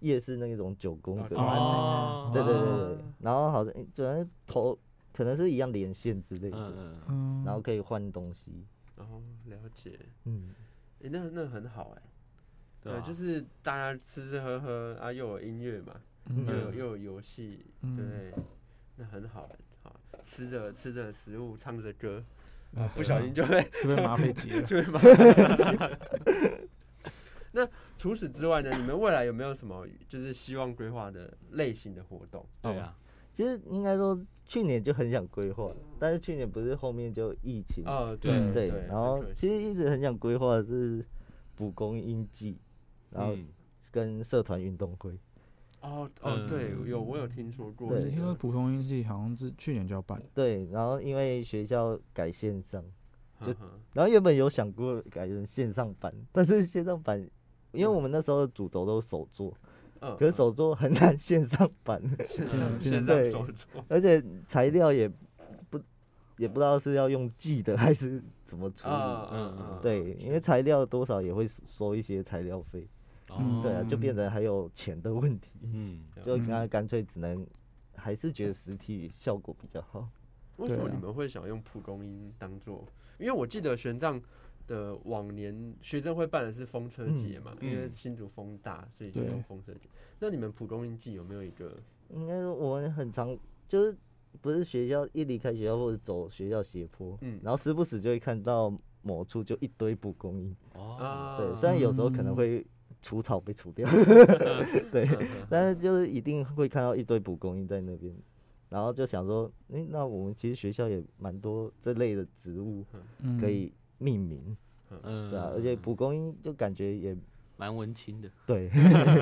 Speaker 4: 夜市那种九宫格，
Speaker 2: 投篮机
Speaker 1: 哦
Speaker 4: 对对对
Speaker 2: 啊
Speaker 4: 对，然后好像主要是投可能是一样连线之类的，
Speaker 1: 嗯嗯，
Speaker 3: 嗯，
Speaker 4: 然后可以换东西，
Speaker 2: 哦，了解。
Speaker 4: 嗯，
Speaker 2: 哎，那那很好哎。
Speaker 1: 对啊，
Speaker 2: 对，就是大家吃吃喝喝啊，又有音乐嘛，又有
Speaker 3: 嗯
Speaker 1: 嗯
Speaker 2: 又有游戏，对不对？那很好哎，好吃着吃着食物，唱着 歌，
Speaker 3: 哎
Speaker 2: 不小心就被
Speaker 3: 就被马匪劫了。
Speaker 2: 就会马上忘记 那除此之外呢？你们未来有没有什么就是希望规划的类型的活动？
Speaker 1: 对啊，
Speaker 4: 其实应该说去年就很想规划，但是去年不是后面就疫情，
Speaker 2: 哦，对
Speaker 3: 嗯
Speaker 4: 对，
Speaker 2: 对，
Speaker 4: 然后
Speaker 2: 很可惜
Speaker 4: 其实一直很想规划的是蒲公英季，然后
Speaker 1: 嗯
Speaker 4: 跟社团运动会，
Speaker 2: 哦哦，对，有我有听说过 嗯
Speaker 4: 对
Speaker 2: 这
Speaker 3: 你听说
Speaker 2: 个，
Speaker 3: 普通音系好像是去年就要办，
Speaker 4: 对，然后因为学校改线上，就
Speaker 2: 呵呵
Speaker 4: 然后原本有想过改成线上版，但是线上版，因为我们那时候的主轴都是手做，
Speaker 2: 嗯，
Speaker 4: 可是
Speaker 2: 嗯
Speaker 4: 手做很难线上版，
Speaker 2: 线
Speaker 3: 变
Speaker 2: 上
Speaker 3: 成
Speaker 2: 线上
Speaker 4: 对
Speaker 2: 手作，
Speaker 4: 而且材料也不也不知道是要用寄的还是怎么处理。
Speaker 2: 啊 嗯
Speaker 1: 嗯
Speaker 2: 嗯，
Speaker 4: 对，因为材料多少也会收一些材料费，
Speaker 1: 哦
Speaker 4: 对啊，就变
Speaker 3: 嗯
Speaker 4: 成还有钱的问题，
Speaker 1: 嗯，
Speaker 4: 就
Speaker 3: 嗯
Speaker 4: 刚干脆只能还是觉得实体效果比较好。
Speaker 2: 为什
Speaker 3: 对
Speaker 2: 么
Speaker 3: 啊
Speaker 2: 你们会想用蒲公英当做？因为我记得玄奘的往年学生会办的是风车节嘛，
Speaker 1: 嗯
Speaker 2: 因为新竹风大，所以就
Speaker 3: 对
Speaker 2: 用风车节。那你们蒲公英季有没有一个？
Speaker 4: 应该说我们很常就是不是学校一离开学校或者走学校斜坡，
Speaker 2: 嗯
Speaker 4: 然后时不时就会看到某处就一堆蒲公英，
Speaker 1: 哦，
Speaker 2: 啊，
Speaker 4: 嗯对，虽然有时候可能
Speaker 3: 嗯
Speaker 4: 会除草被除 掉，对，但是就是一定会看到一堆蒲公英在那边，然后就想说，诶、那我们其实学校也蛮多这类的植物
Speaker 3: 嗯
Speaker 4: 可以命名，
Speaker 1: 嗯，
Speaker 4: 对啊，而且蒲公英就感觉也
Speaker 1: 蛮文青 的，
Speaker 4: 对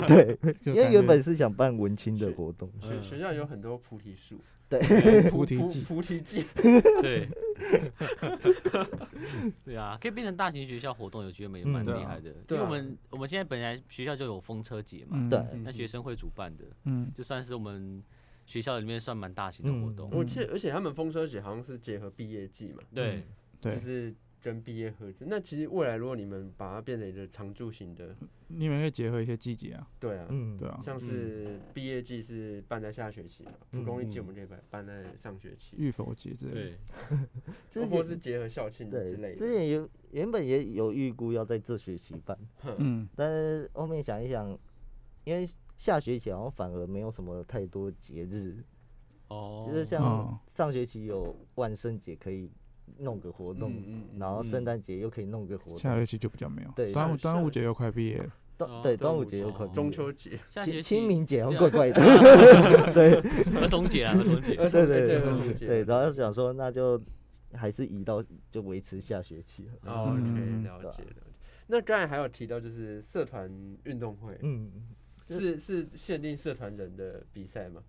Speaker 4: 对，
Speaker 3: 就感
Speaker 4: 因为原
Speaker 3: 觉
Speaker 4: 本是想办文青的活动，
Speaker 2: 学
Speaker 1: 嗯
Speaker 2: 学校有很多菩提树，
Speaker 4: 对
Speaker 2: 对，
Speaker 3: 菩提
Speaker 2: 菩
Speaker 3: 季
Speaker 2: 菩提季，
Speaker 1: 对，对啊，可以变成大型学校活动，有觉得也蛮
Speaker 4: 嗯对
Speaker 1: 厉
Speaker 3: 啊
Speaker 1: 害的。因
Speaker 2: 对
Speaker 1: 为我
Speaker 2: 啊
Speaker 1: 们我们现在本来学校就有风车节嘛，
Speaker 3: 嗯
Speaker 4: 对
Speaker 2: 嗯
Speaker 1: 那学生会主办的，
Speaker 3: 嗯
Speaker 1: 就算是我们学校里面算蛮大型的活
Speaker 4: 嗯
Speaker 1: 动。
Speaker 2: 我记得，而且他们风车节好像是结合毕业季嘛，
Speaker 1: 对，
Speaker 2: 就
Speaker 3: 对，
Speaker 2: 是跟毕业合作。那其实未来如果你们把它变成一个常驻型的，
Speaker 3: 你们可以结合一些季节啊，
Speaker 2: 对啊，
Speaker 4: 嗯，
Speaker 3: 对啊，
Speaker 2: 像是毕业季是办在下学期嘛，
Speaker 4: 嗯
Speaker 2: 蒲公英季我们可以办办在上学期，哦
Speaker 3: 浴佛节之类的。
Speaker 1: 对，
Speaker 4: 之
Speaker 2: 或
Speaker 4: 前
Speaker 2: 是结合校庆之类
Speaker 4: 对，之
Speaker 2: 的。
Speaker 4: 前有原本也有预估要在这学期办，
Speaker 3: 嗯，
Speaker 4: 但是后面想一想，因为下学期好像反而没有什么太多节日，
Speaker 1: 哦，
Speaker 4: 就是
Speaker 3: 哦
Speaker 4: 像上学期有万圣节可以弄个活动，
Speaker 2: 嗯嗯
Speaker 4: 然后圣
Speaker 1: 嗯
Speaker 4: 诞节又可以弄个活
Speaker 3: 下
Speaker 4: 动
Speaker 3: 学，期就比较没有。
Speaker 4: 对
Speaker 3: 端
Speaker 2: 下
Speaker 3: 午端
Speaker 2: 下
Speaker 3: 午节又快毕业了，
Speaker 4: 端
Speaker 1: 哦
Speaker 4: 对
Speaker 2: 端
Speaker 4: 端午
Speaker 2: 午
Speaker 4: 节
Speaker 2: 节
Speaker 4: 有可
Speaker 1: 哦
Speaker 4: 能
Speaker 2: 中秋节、
Speaker 1: 下学期
Speaker 4: 清清明节好像
Speaker 1: 对
Speaker 4: 怪
Speaker 1: 啊
Speaker 4: 怪的，
Speaker 1: 儿童节啊，儿童节，
Speaker 2: 儿童节、
Speaker 4: 对对
Speaker 2: 对
Speaker 4: 对
Speaker 2: 儿童节，
Speaker 4: 对，然后想说那就还是移到就维持下学期了，
Speaker 2: 哦，OK，
Speaker 3: 嗯
Speaker 2: 了
Speaker 4: 对啊
Speaker 2: 解了解。那刚才还有提到就是社团运动会，
Speaker 4: 嗯。就是
Speaker 2: 是限定社团人的比赛吗？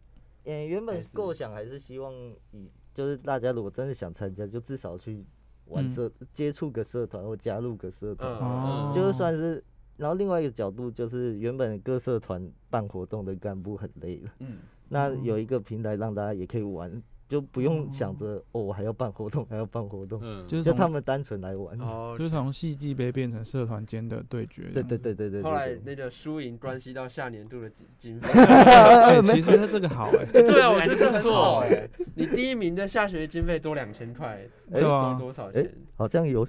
Speaker 4: 嗯，原
Speaker 2: 还
Speaker 4: 本
Speaker 2: 是
Speaker 4: 构想还是希望以，就是大家如果真的想参加，就至少去玩
Speaker 3: 嗯
Speaker 4: 社、接触个社团或加入个社团，
Speaker 2: 嗯
Speaker 3: 哦，
Speaker 4: 就是算是然后另外一个角度就是，原本各社团办活动的干部很累了，
Speaker 2: 嗯，
Speaker 4: 那
Speaker 3: 嗯
Speaker 4: 有一个平台让大家也可以玩，就不用想
Speaker 2: 嗯
Speaker 4: 着哦，我还要办活动，还要办活动，
Speaker 1: 嗯，
Speaker 3: 就是
Speaker 4: 就他
Speaker 3: 从
Speaker 4: 们单纯来玩。
Speaker 2: 哦
Speaker 3: 就，是从戏剧杯变成社团间的对决。
Speaker 4: 对 对。对对对
Speaker 2: 后来
Speaker 4: 对对。
Speaker 2: 那个输赢关系到下年度的经经 费。
Speaker 3: 哎，其实它这个好哎，
Speaker 2: 对啊，我
Speaker 1: 哎
Speaker 2: 觉得
Speaker 1: 这
Speaker 2: 这
Speaker 1: 不
Speaker 2: 很
Speaker 1: 错
Speaker 2: 好哎。你第一名的下学期经费多两千块，
Speaker 4: 哎
Speaker 3: 对啊
Speaker 2: 多，多少钱？
Speaker 4: 好像有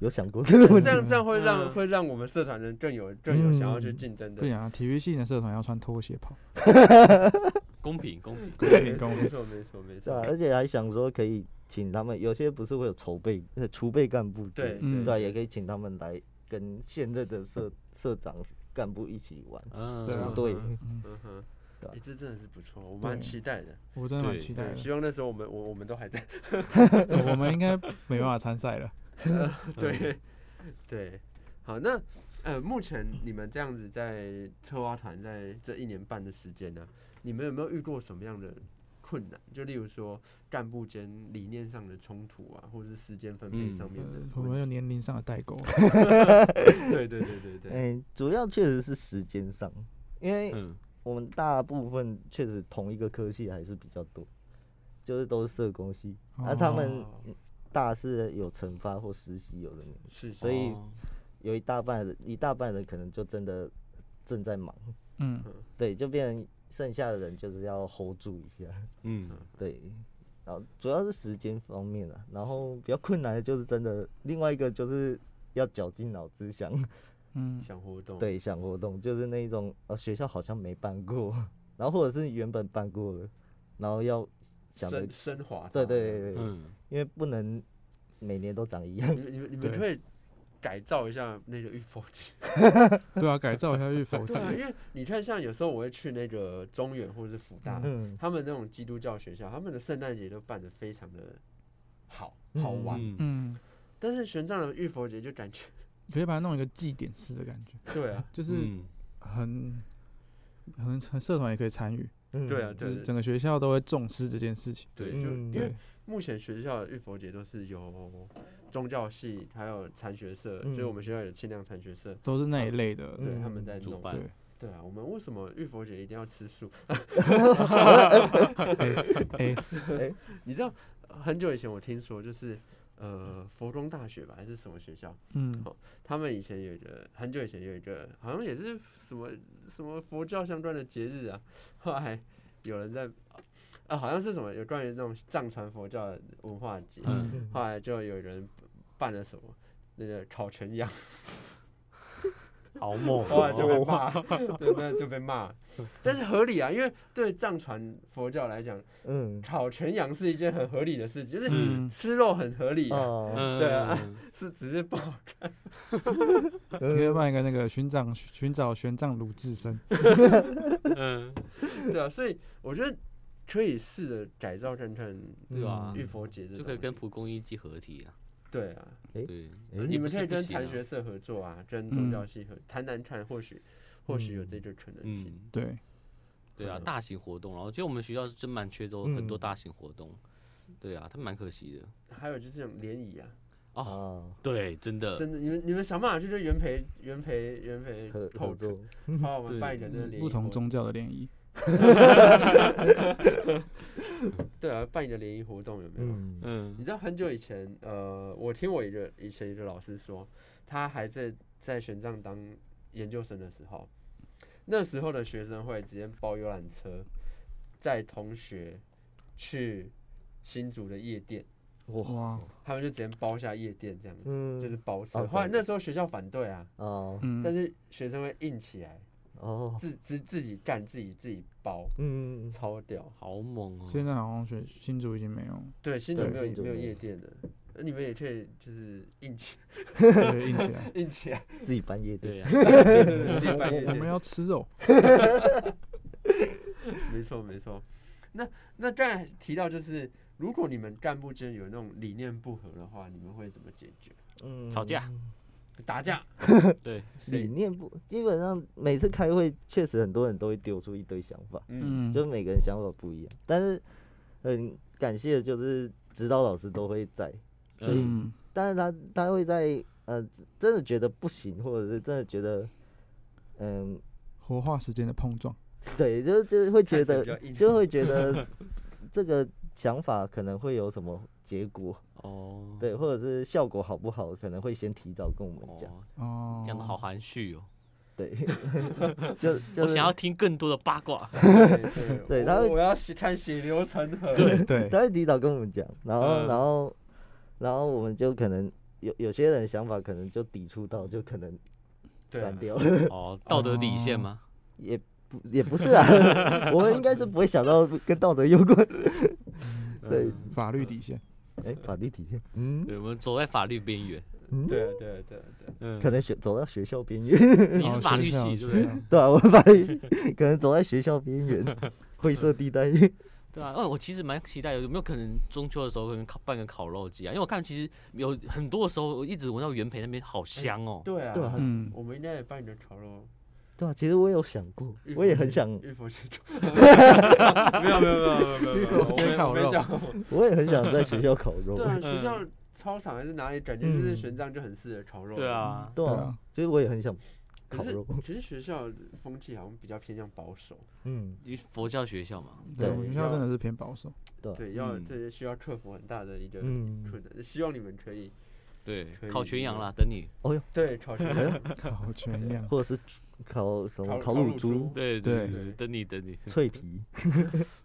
Speaker 4: 有 想过这个问
Speaker 2: 这
Speaker 4: 题
Speaker 2: 样这样会让
Speaker 1: 嗯
Speaker 2: 会让我们社团人更有更有想要去
Speaker 4: 嗯
Speaker 2: 竞争的
Speaker 3: 不。讲啊，体育系的社团要穿拖鞋 跑，
Speaker 1: 公平公平，
Speaker 3: 公
Speaker 2: 对
Speaker 3: 平公
Speaker 2: 没
Speaker 3: 平。
Speaker 2: 错没错没
Speaker 4: 对、
Speaker 2: 错
Speaker 4: 啊，。而且还想说可以请他们，有些不是会有筹备、呃储备干部之类
Speaker 2: 对
Speaker 4: 的，
Speaker 3: 嗯
Speaker 4: 对啊，也可以请他们来跟现任的社社长干部一起玩
Speaker 1: 嗯，
Speaker 3: 对啊
Speaker 4: 组队。
Speaker 3: 嗯，
Speaker 2: 嗯哼，
Speaker 4: 啊
Speaker 2: 哎、这真的是不错，我
Speaker 3: 对
Speaker 2: 蛮期待的。
Speaker 3: 我真的蛮
Speaker 1: 对
Speaker 3: 期待啊
Speaker 2: 对，希
Speaker 3: 的。
Speaker 2: 望那时候我们我我们都还 在。
Speaker 3: 对我们应该没办法参赛了。
Speaker 2: 对对，好，那呃，目前你们这样子在策划团在这一年半的时间呢、你们有没有遇过什么样的困难？就例如说干部间理念上的冲突啊，或者是时间分配
Speaker 1: 嗯
Speaker 2: 上面的
Speaker 3: 呃我
Speaker 2: 问
Speaker 3: 们
Speaker 2: 题、
Speaker 3: 有年龄上的代 沟。
Speaker 2: 对对对对
Speaker 4: 嗯、
Speaker 2: 对，
Speaker 4: 主要确实是时间上，因为
Speaker 1: 嗯
Speaker 4: 我们大部分确实同一个科系还是比较多，就是都是社工系，而、啊他们
Speaker 2: 哦
Speaker 4: 大是有惩罚或实习有的没的，
Speaker 2: 是
Speaker 4: 所以
Speaker 1: 哦
Speaker 4: 有一大半人一大半人可能就真的正在忙，
Speaker 3: 嗯，
Speaker 4: 对，就变成剩下的人就是要 hold 住一下。
Speaker 1: 嗯
Speaker 4: 对，然后主要是时间方面啊，然后比较困难的就是真的，另外一个就是要绞尽脑汁想，
Speaker 3: 嗯，
Speaker 2: 想活动，
Speaker 4: 对，想活动，就是那一种呃学校好像没办过，然后或者是原本办过了，然后要想的
Speaker 2: 升，升华它，
Speaker 4: 对对对对，
Speaker 1: 嗯，
Speaker 4: 因为不能每年都长一样，
Speaker 2: 你们你们你们
Speaker 3: 对
Speaker 2: 可以改造一下那个预佛节。
Speaker 3: 对啊，改造一下 玉佛
Speaker 2: 对啊，
Speaker 3: 节。
Speaker 2: 因为你看，像有时候我会去那个中原或者是福大，
Speaker 4: 嗯，
Speaker 2: 他们那种基督教学校，他们的圣诞节都办得非常的好，
Speaker 4: 嗯
Speaker 2: 好玩。
Speaker 1: 嗯
Speaker 3: 嗯，
Speaker 2: 但是玄奘的浴佛节就感 觉，
Speaker 3: 可以把它弄一个祭典式的感觉，
Speaker 2: 对啊，
Speaker 3: 就是
Speaker 1: 嗯
Speaker 3: 很很很社团也可以参与，
Speaker 4: 嗯
Speaker 2: 对啊，，
Speaker 3: 就
Speaker 2: 对
Speaker 3: 是
Speaker 2: 对
Speaker 3: 整个学校都会重视这件事情。
Speaker 2: 对，啊
Speaker 4: 嗯
Speaker 2: 就因为
Speaker 3: 对，
Speaker 2: 目前学校的浴佛节都是由宗教系还有禅学社，
Speaker 4: 嗯
Speaker 2: 就是我们学校有清凉禅学社，
Speaker 3: 都是那一类的。
Speaker 2: 对
Speaker 4: 嗯
Speaker 2: 他们在
Speaker 1: 主
Speaker 2: 弄。
Speaker 1: 办
Speaker 3: 对，
Speaker 2: 对啊，我们为什么浴佛节一定要吃素？
Speaker 3: 哎，
Speaker 2: 你知道很久以前我听说，就是呃佛光大学吧，还是什么学校？
Speaker 3: 嗯，
Speaker 2: 他们以前有一个很久以前有一个，好像也是什么什么佛教相关的节日啊， 后来有人在啊，好像是什么有关于那种藏传佛教的文化节，
Speaker 1: 嗯
Speaker 4: 嗯
Speaker 2: 后来就有人办了什么那个烤全羊，
Speaker 1: 好猛 哦，
Speaker 2: 后来就被骂， 对，那就被骂，但是合理啊，因为对藏传佛教来讲，
Speaker 4: 嗯，
Speaker 2: 烤全羊是一件很合理的事情，就是
Speaker 3: 是
Speaker 2: 吃肉很合理啊、
Speaker 4: 哦，
Speaker 1: 嗯
Speaker 2: 对啊，是只 是不好
Speaker 4: 呃
Speaker 3: 可
Speaker 4: 嗯
Speaker 3: 以办一个那个寻找寻找玄奘鲁智深。
Speaker 1: 嗯，
Speaker 2: 对啊，所以我觉得可以试着改造看看
Speaker 1: 对吧
Speaker 2: 玉佛节这
Speaker 1: 嗯就可以
Speaker 2: 东
Speaker 1: 跟
Speaker 2: 西
Speaker 1: 蒲公英机合体啊，
Speaker 2: 对啊，
Speaker 4: 诶
Speaker 1: 对，
Speaker 4: 诶
Speaker 2: 你们
Speaker 1: 不
Speaker 2: 可
Speaker 1: 是
Speaker 2: 以
Speaker 1: 不
Speaker 2: 跟
Speaker 1: 行
Speaker 2: 禅
Speaker 1: 啊
Speaker 2: 学社合作啊，跟
Speaker 3: 嗯
Speaker 2: 宗教系合，谈谈看，或许或许有这个可能性。
Speaker 1: 嗯，
Speaker 3: 对，
Speaker 1: 对啊，
Speaker 2: 嗯
Speaker 1: 大型活动啊，然后其实我们学校是真蛮缺多很多
Speaker 4: 嗯
Speaker 1: 大型活动，对啊，他蛮可惜的
Speaker 2: 还有就是那种联谊啊，
Speaker 1: 哦，
Speaker 4: 哦，
Speaker 1: 对，真的，
Speaker 2: 真的，你们你们想办法去跟元培元培元培
Speaker 4: 合合
Speaker 2: 透
Speaker 4: 作
Speaker 2: 彻，，帮我们
Speaker 1: 对
Speaker 2: 办一个那个联谊
Speaker 3: 不同
Speaker 2: 活动
Speaker 3: 宗教的联谊。
Speaker 2: 对啊，办一个联谊活动有没有？
Speaker 4: 嗯
Speaker 2: 你
Speaker 1: 嗯
Speaker 2: 知道很久以前，呃，我听我一个以前一个老师说，他还在在玄奘当研究生的时候，那时候的学生会直接包游览车，载同学去新竹的夜店，
Speaker 4: 哇，
Speaker 3: 哇，
Speaker 2: 他们就直接包下夜店这样子，
Speaker 4: 嗯，
Speaker 2: 就是包车。
Speaker 4: 哦
Speaker 2: 后来
Speaker 4: 真的
Speaker 2: 那时候学校反对啊，
Speaker 4: 哦
Speaker 3: 嗯
Speaker 2: 但，是学生会硬起来，
Speaker 4: 哦，
Speaker 2: 自自自己干，自己自己包，
Speaker 4: 嗯，
Speaker 2: 超屌。
Speaker 1: 好猛哦，
Speaker 3: 现在好像学新竹已经没有，
Speaker 2: 对，新竹
Speaker 4: 对
Speaker 2: 没有
Speaker 4: 新竹
Speaker 2: 没有
Speaker 4: 没有
Speaker 2: 夜店的，呃你们也可以就是硬起。
Speaker 3: 对，硬起来
Speaker 2: 硬起来，
Speaker 4: 自己半夜
Speaker 1: 对
Speaker 4: 店，
Speaker 1: 啊，
Speaker 2: 对对对，自己办夜
Speaker 3: 我
Speaker 2: 店
Speaker 3: 们。要吃肉。
Speaker 2: 没错没错。那那刚才提到就是，如果你们干部间有那种理念不合的话，你们会怎么解决？
Speaker 4: 嗯，
Speaker 1: 吵架
Speaker 2: 打架？
Speaker 1: 对，
Speaker 4: 理
Speaker 2: 谁？
Speaker 4: 念不，基本上每次开会，确实很多人都会丢出一堆想法，
Speaker 2: 嗯，
Speaker 3: 嗯，
Speaker 4: 就是每个人想法不一样。但是呃很感谢，就是指导老师都会在，
Speaker 1: 嗯
Speaker 3: 嗯，
Speaker 4: 但是他他会在呃，真的觉得不行，或者是真的觉得嗯，
Speaker 3: 活化时间的碰撞，
Speaker 4: 对，就就是会觉
Speaker 2: 看
Speaker 4: 得
Speaker 2: 起来比较硬
Speaker 4: 就会 觉得这个想法可能会有什么结果，
Speaker 1: 哦，
Speaker 4: 对，或者是效果好不好，可能会先提早跟我们讲，
Speaker 1: 哦，
Speaker 3: 哦，
Speaker 1: 讲的好含蓄哦，
Speaker 4: 对， 就就
Speaker 1: 我
Speaker 4: 是
Speaker 1: 想要听更多的八卦。
Speaker 2: 对
Speaker 4: 对
Speaker 2: 我
Speaker 4: 他会
Speaker 2: 我要血看血流成河。
Speaker 3: 对对，
Speaker 4: 他会提早跟我们讲，然后、
Speaker 1: 嗯
Speaker 4: 然后然后我们就可能有有些人想法可能就抵触到，就可能
Speaker 2: 对
Speaker 4: 删
Speaker 2: 啊
Speaker 4: 掉了。
Speaker 1: 哦，道德底线吗？
Speaker 4: 也不也不是啊， 我们应该是不会想到跟道德有关。 对，
Speaker 3: 法律底线，
Speaker 4: 哎、法律底线，嗯
Speaker 1: 嗯对，我们走在法律边缘。
Speaker 4: 嗯，
Speaker 2: 对啊对啊对啊对啊，
Speaker 1: 嗯，
Speaker 4: 可能学走到学校边缘，
Speaker 1: 你是
Speaker 3: 哦
Speaker 1: 法
Speaker 3: 学
Speaker 1: 律
Speaker 3: 校
Speaker 1: 系对不
Speaker 3: 学
Speaker 1: 对？
Speaker 3: 校
Speaker 4: 对啊，我法 律可能走在学校边缘，灰色地带。
Speaker 1: 对啊，哦，我其实蛮期待有没有可能中秋的时候可能烤办个烤肉季啊，因为我看其实有很多的时候，我一直闻到元培那边好香哦。
Speaker 2: 对啊
Speaker 4: 对啊
Speaker 3: 嗯，
Speaker 2: 我们应该也办一个烤肉，
Speaker 4: 对啊，其实我有想过，我也很想，
Speaker 2: 玉佛先烤。 没有没有没有没有没有没有，
Speaker 3: 玉佛先烤肉
Speaker 2: 我没讲。
Speaker 4: 我也很想在学校烤肉。
Speaker 2: 嗯对啊，学
Speaker 1: 嗯
Speaker 2: 校操场还是哪里，感觉就是
Speaker 4: 嗯
Speaker 2: 玄奘就很适合烤 肉。
Speaker 1: 对，啊，
Speaker 4: 对
Speaker 3: 对
Speaker 4: 啊
Speaker 3: 啊，
Speaker 4: 其实我也很想
Speaker 2: 可
Speaker 4: 烤
Speaker 2: 是
Speaker 4: 肉。
Speaker 2: 可是学校的风气好像比较偏向保守，
Speaker 4: 嗯，
Speaker 1: 因为佛教学校嘛，
Speaker 3: 对，啊
Speaker 4: 对
Speaker 3: 我们学校真的是偏保守，
Speaker 4: 对啊
Speaker 2: 对，要
Speaker 1: 嗯
Speaker 2: 这些需要克服很大的一个
Speaker 4: 嗯
Speaker 2: 困难。希望你们可以
Speaker 1: 对
Speaker 2: 可，以
Speaker 1: 烤全羊啦，等你。
Speaker 2: 对考学
Speaker 3: 烤全羊，
Speaker 4: 或者是烤什么
Speaker 2: 烤
Speaker 4: 烤
Speaker 2: 乳
Speaker 4: 乳猪、
Speaker 1: 对
Speaker 3: 对
Speaker 1: 对，等你等你。
Speaker 4: 脆 皮，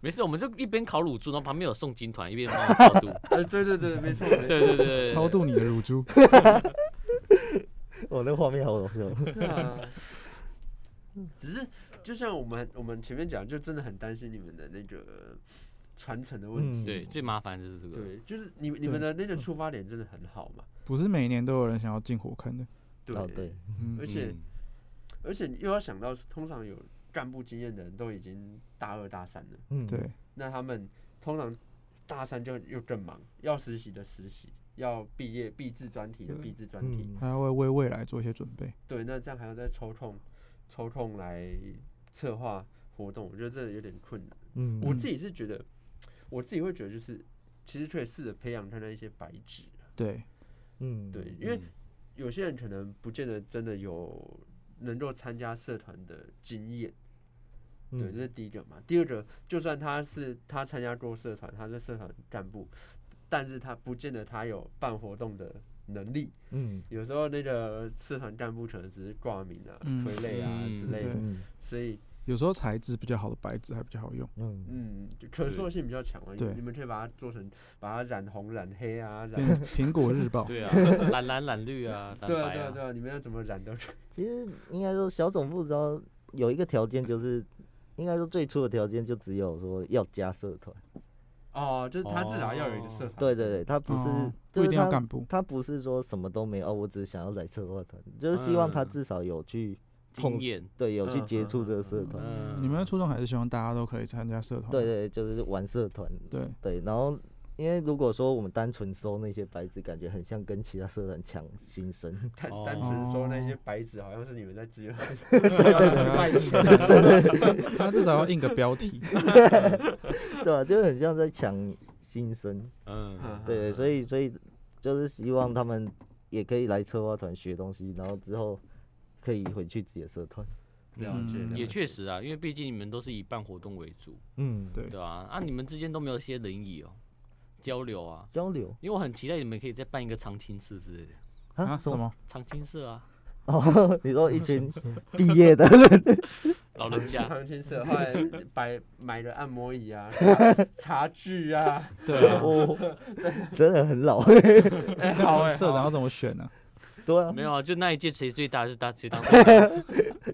Speaker 1: 没事，我们就一边烤乳猪，然后旁边有诵经团，一边帮我超度。
Speaker 2: 哎，对对 对，没错，没错
Speaker 1: 对对对，
Speaker 3: 超度你的乳猪，
Speaker 4: 哦哇，那个画面好搞笑。
Speaker 2: 对啊，只是就像我们我们前面讲，就真的很担心你们的那个传承的问题。
Speaker 4: 嗯，
Speaker 1: 对，最麻烦就是这个。嗯
Speaker 2: 对，就是你们你们的那个出发点真的很好嘛。
Speaker 3: 不是每年都有人想要进火坑的，
Speaker 2: 对、
Speaker 4: 哦对，
Speaker 3: 嗯
Speaker 2: 而，且
Speaker 1: 嗯
Speaker 2: 而且又要想到，通常有干部经验的人都已经大二大三了，
Speaker 4: 嗯
Speaker 3: 对，
Speaker 2: 那他们通常大三就又更忙，要实习的实习，要毕业毕制专题的
Speaker 3: 对
Speaker 2: 毕制专题，
Speaker 4: 嗯，
Speaker 3: 还要为为未来做一些准备，
Speaker 2: 对，那这样还要再抽空抽空来策划活动，我觉得真的有点困难。
Speaker 4: 嗯
Speaker 2: 我
Speaker 3: 嗯
Speaker 2: 自己是觉得，我自己会觉得就是，其实可以试着培养他那一些白纸，
Speaker 3: 对，
Speaker 4: 嗯，
Speaker 2: 对，因为有些人可能不见得真的有能够参加社团的经验，对，这
Speaker 4: 嗯
Speaker 2: 是第一个嘛。第二个，就算他是他参加过社团，他是社团干部，但是他不见得他有办活动的能力，
Speaker 4: 嗯
Speaker 2: 有时候那个社团干部可能只是挂名啊、
Speaker 3: 嗯
Speaker 2: 推类啊之
Speaker 1: 嗯
Speaker 2: 类的，
Speaker 3: 对
Speaker 4: 嗯
Speaker 2: 所以
Speaker 3: 有时候材质比较好的白纸还比较好用，
Speaker 4: 嗯
Speaker 2: 嗯，就可塑性比较强啊嘛。你
Speaker 3: 对
Speaker 2: 你们可以把它做成，把它染红、染黑啊，染
Speaker 3: 变成苹果日报，
Speaker 1: 对啊，蓝蓝蓝绿啊，蓝
Speaker 2: 对啊，
Speaker 1: 白
Speaker 2: 对啊，
Speaker 1: 啊
Speaker 2: 对。啊，你们要怎么染都可以。
Speaker 4: 其实应该说，小总部只要有一个条件，就是应该说最初的条件就只有说要加社团。
Speaker 2: 哦，就是他至少要有一个社团。
Speaker 4: 对对对，他不是，
Speaker 3: 哦
Speaker 4: 就
Speaker 3: 不一
Speaker 4: 是
Speaker 3: 定要
Speaker 4: 他
Speaker 3: 干部，
Speaker 4: 他不是说什么都没有，哦，我只是想要来策划团，就是希望他
Speaker 1: 嗯
Speaker 4: 至少有去
Speaker 1: 经
Speaker 4: 碰
Speaker 1: 验，
Speaker 4: 对有去
Speaker 2: 嗯
Speaker 4: 接
Speaker 2: 嗯
Speaker 4: 触这
Speaker 2: 嗯
Speaker 4: 个社团。
Speaker 1: 嗯，
Speaker 3: 你们的初衷还是希望大家都可以参加社团，
Speaker 4: 对对，就是玩社团。
Speaker 3: 对，
Speaker 4: 对，然后因为如果说我们单纯收那些白纸，感觉很像跟其他社团抢新生。
Speaker 2: 单
Speaker 1: 哦
Speaker 2: 单纯收那些白纸，好像是你们在自愿 卖
Speaker 3: 对
Speaker 2: 钱。
Speaker 3: 对，他至少要印个标题，
Speaker 4: 对啊，就很像在抢新生。
Speaker 1: 嗯，
Speaker 4: 对，所以所以就是希望他们也可以来策划团学东西，然后之后可以回去自己的社团。
Speaker 2: 了解，
Speaker 3: 嗯
Speaker 2: 了
Speaker 1: 也
Speaker 2: 解
Speaker 1: 确实啊，因为毕竟你们都是以办活动为主，
Speaker 4: 嗯，
Speaker 3: 对
Speaker 1: 对啊，啊，你们之间都没有一些人谊哦，交流啊，
Speaker 4: 交流
Speaker 1: 因为我很期待你们可以再办一个长青社之类的，
Speaker 3: 啊，什
Speaker 4: 什么？
Speaker 3: 么？
Speaker 1: 长青社啊，
Speaker 4: 哦，你说一群毕业的
Speaker 1: 老人家，
Speaker 2: 常青社，后来摆买了按摩椅 啊、茶具啊，
Speaker 3: 对啊，
Speaker 4: 哦，真的很老，
Speaker 2: 哎，
Speaker 3: 这
Speaker 2: 好
Speaker 3: 个
Speaker 2: 哎，
Speaker 3: 社长
Speaker 2: 好
Speaker 4: 哦
Speaker 3: 要怎么选呢？
Speaker 4: 对 啊
Speaker 1: 没，有啊，就那一届谁最大就当谁 当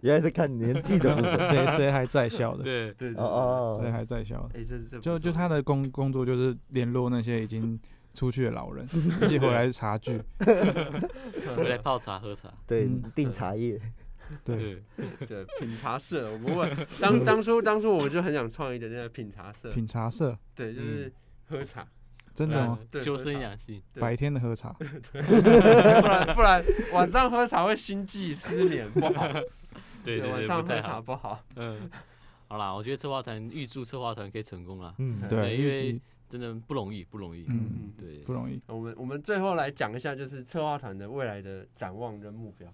Speaker 4: 原来是看年纪的部分。
Speaker 3: 谁谁还在校的？
Speaker 1: 对，
Speaker 2: 对对
Speaker 4: 哦
Speaker 2: 哦，
Speaker 3: 谁
Speaker 4: 哦，
Speaker 3: 还在校的？
Speaker 2: 哎，这这
Speaker 3: 就就 他
Speaker 2: 的
Speaker 3: 的工工作就是联络那些已经出去的老人，一起回来茶具。
Speaker 1: 回来泡茶喝茶，
Speaker 4: 对
Speaker 3: 嗯，
Speaker 4: 订茶叶，
Speaker 3: 对，
Speaker 1: 对，
Speaker 2: 对品茶社，我们问 当当初当初我就很想创一个那个品嗯茶社，
Speaker 3: 品茶社
Speaker 2: 对，就是喝茶，
Speaker 3: 真的吗？
Speaker 2: 对
Speaker 1: 修
Speaker 2: 喝
Speaker 1: 身
Speaker 2: 茶
Speaker 1: 养性，
Speaker 2: 对
Speaker 3: 白天的喝茶，
Speaker 2: 不然不然晚上喝茶会心悸失眠不好，
Speaker 1: 对对
Speaker 2: 晚
Speaker 1: 对，
Speaker 2: 上
Speaker 1: 不
Speaker 2: 喝
Speaker 1: 太
Speaker 2: 茶
Speaker 1: 好，
Speaker 2: 不好。
Speaker 1: 嗯，好啦，我觉得策划团预祝策划团可以成功啦，
Speaker 4: 嗯，
Speaker 3: 对，
Speaker 1: 因
Speaker 3: 预
Speaker 1: 为
Speaker 3: 计
Speaker 1: 真的不容易，不容易，
Speaker 3: 嗯
Speaker 2: 嗯，
Speaker 1: 对，
Speaker 3: 不容易。
Speaker 2: 我们我们最后来讲一下，就是策划团的未来的展望跟目标。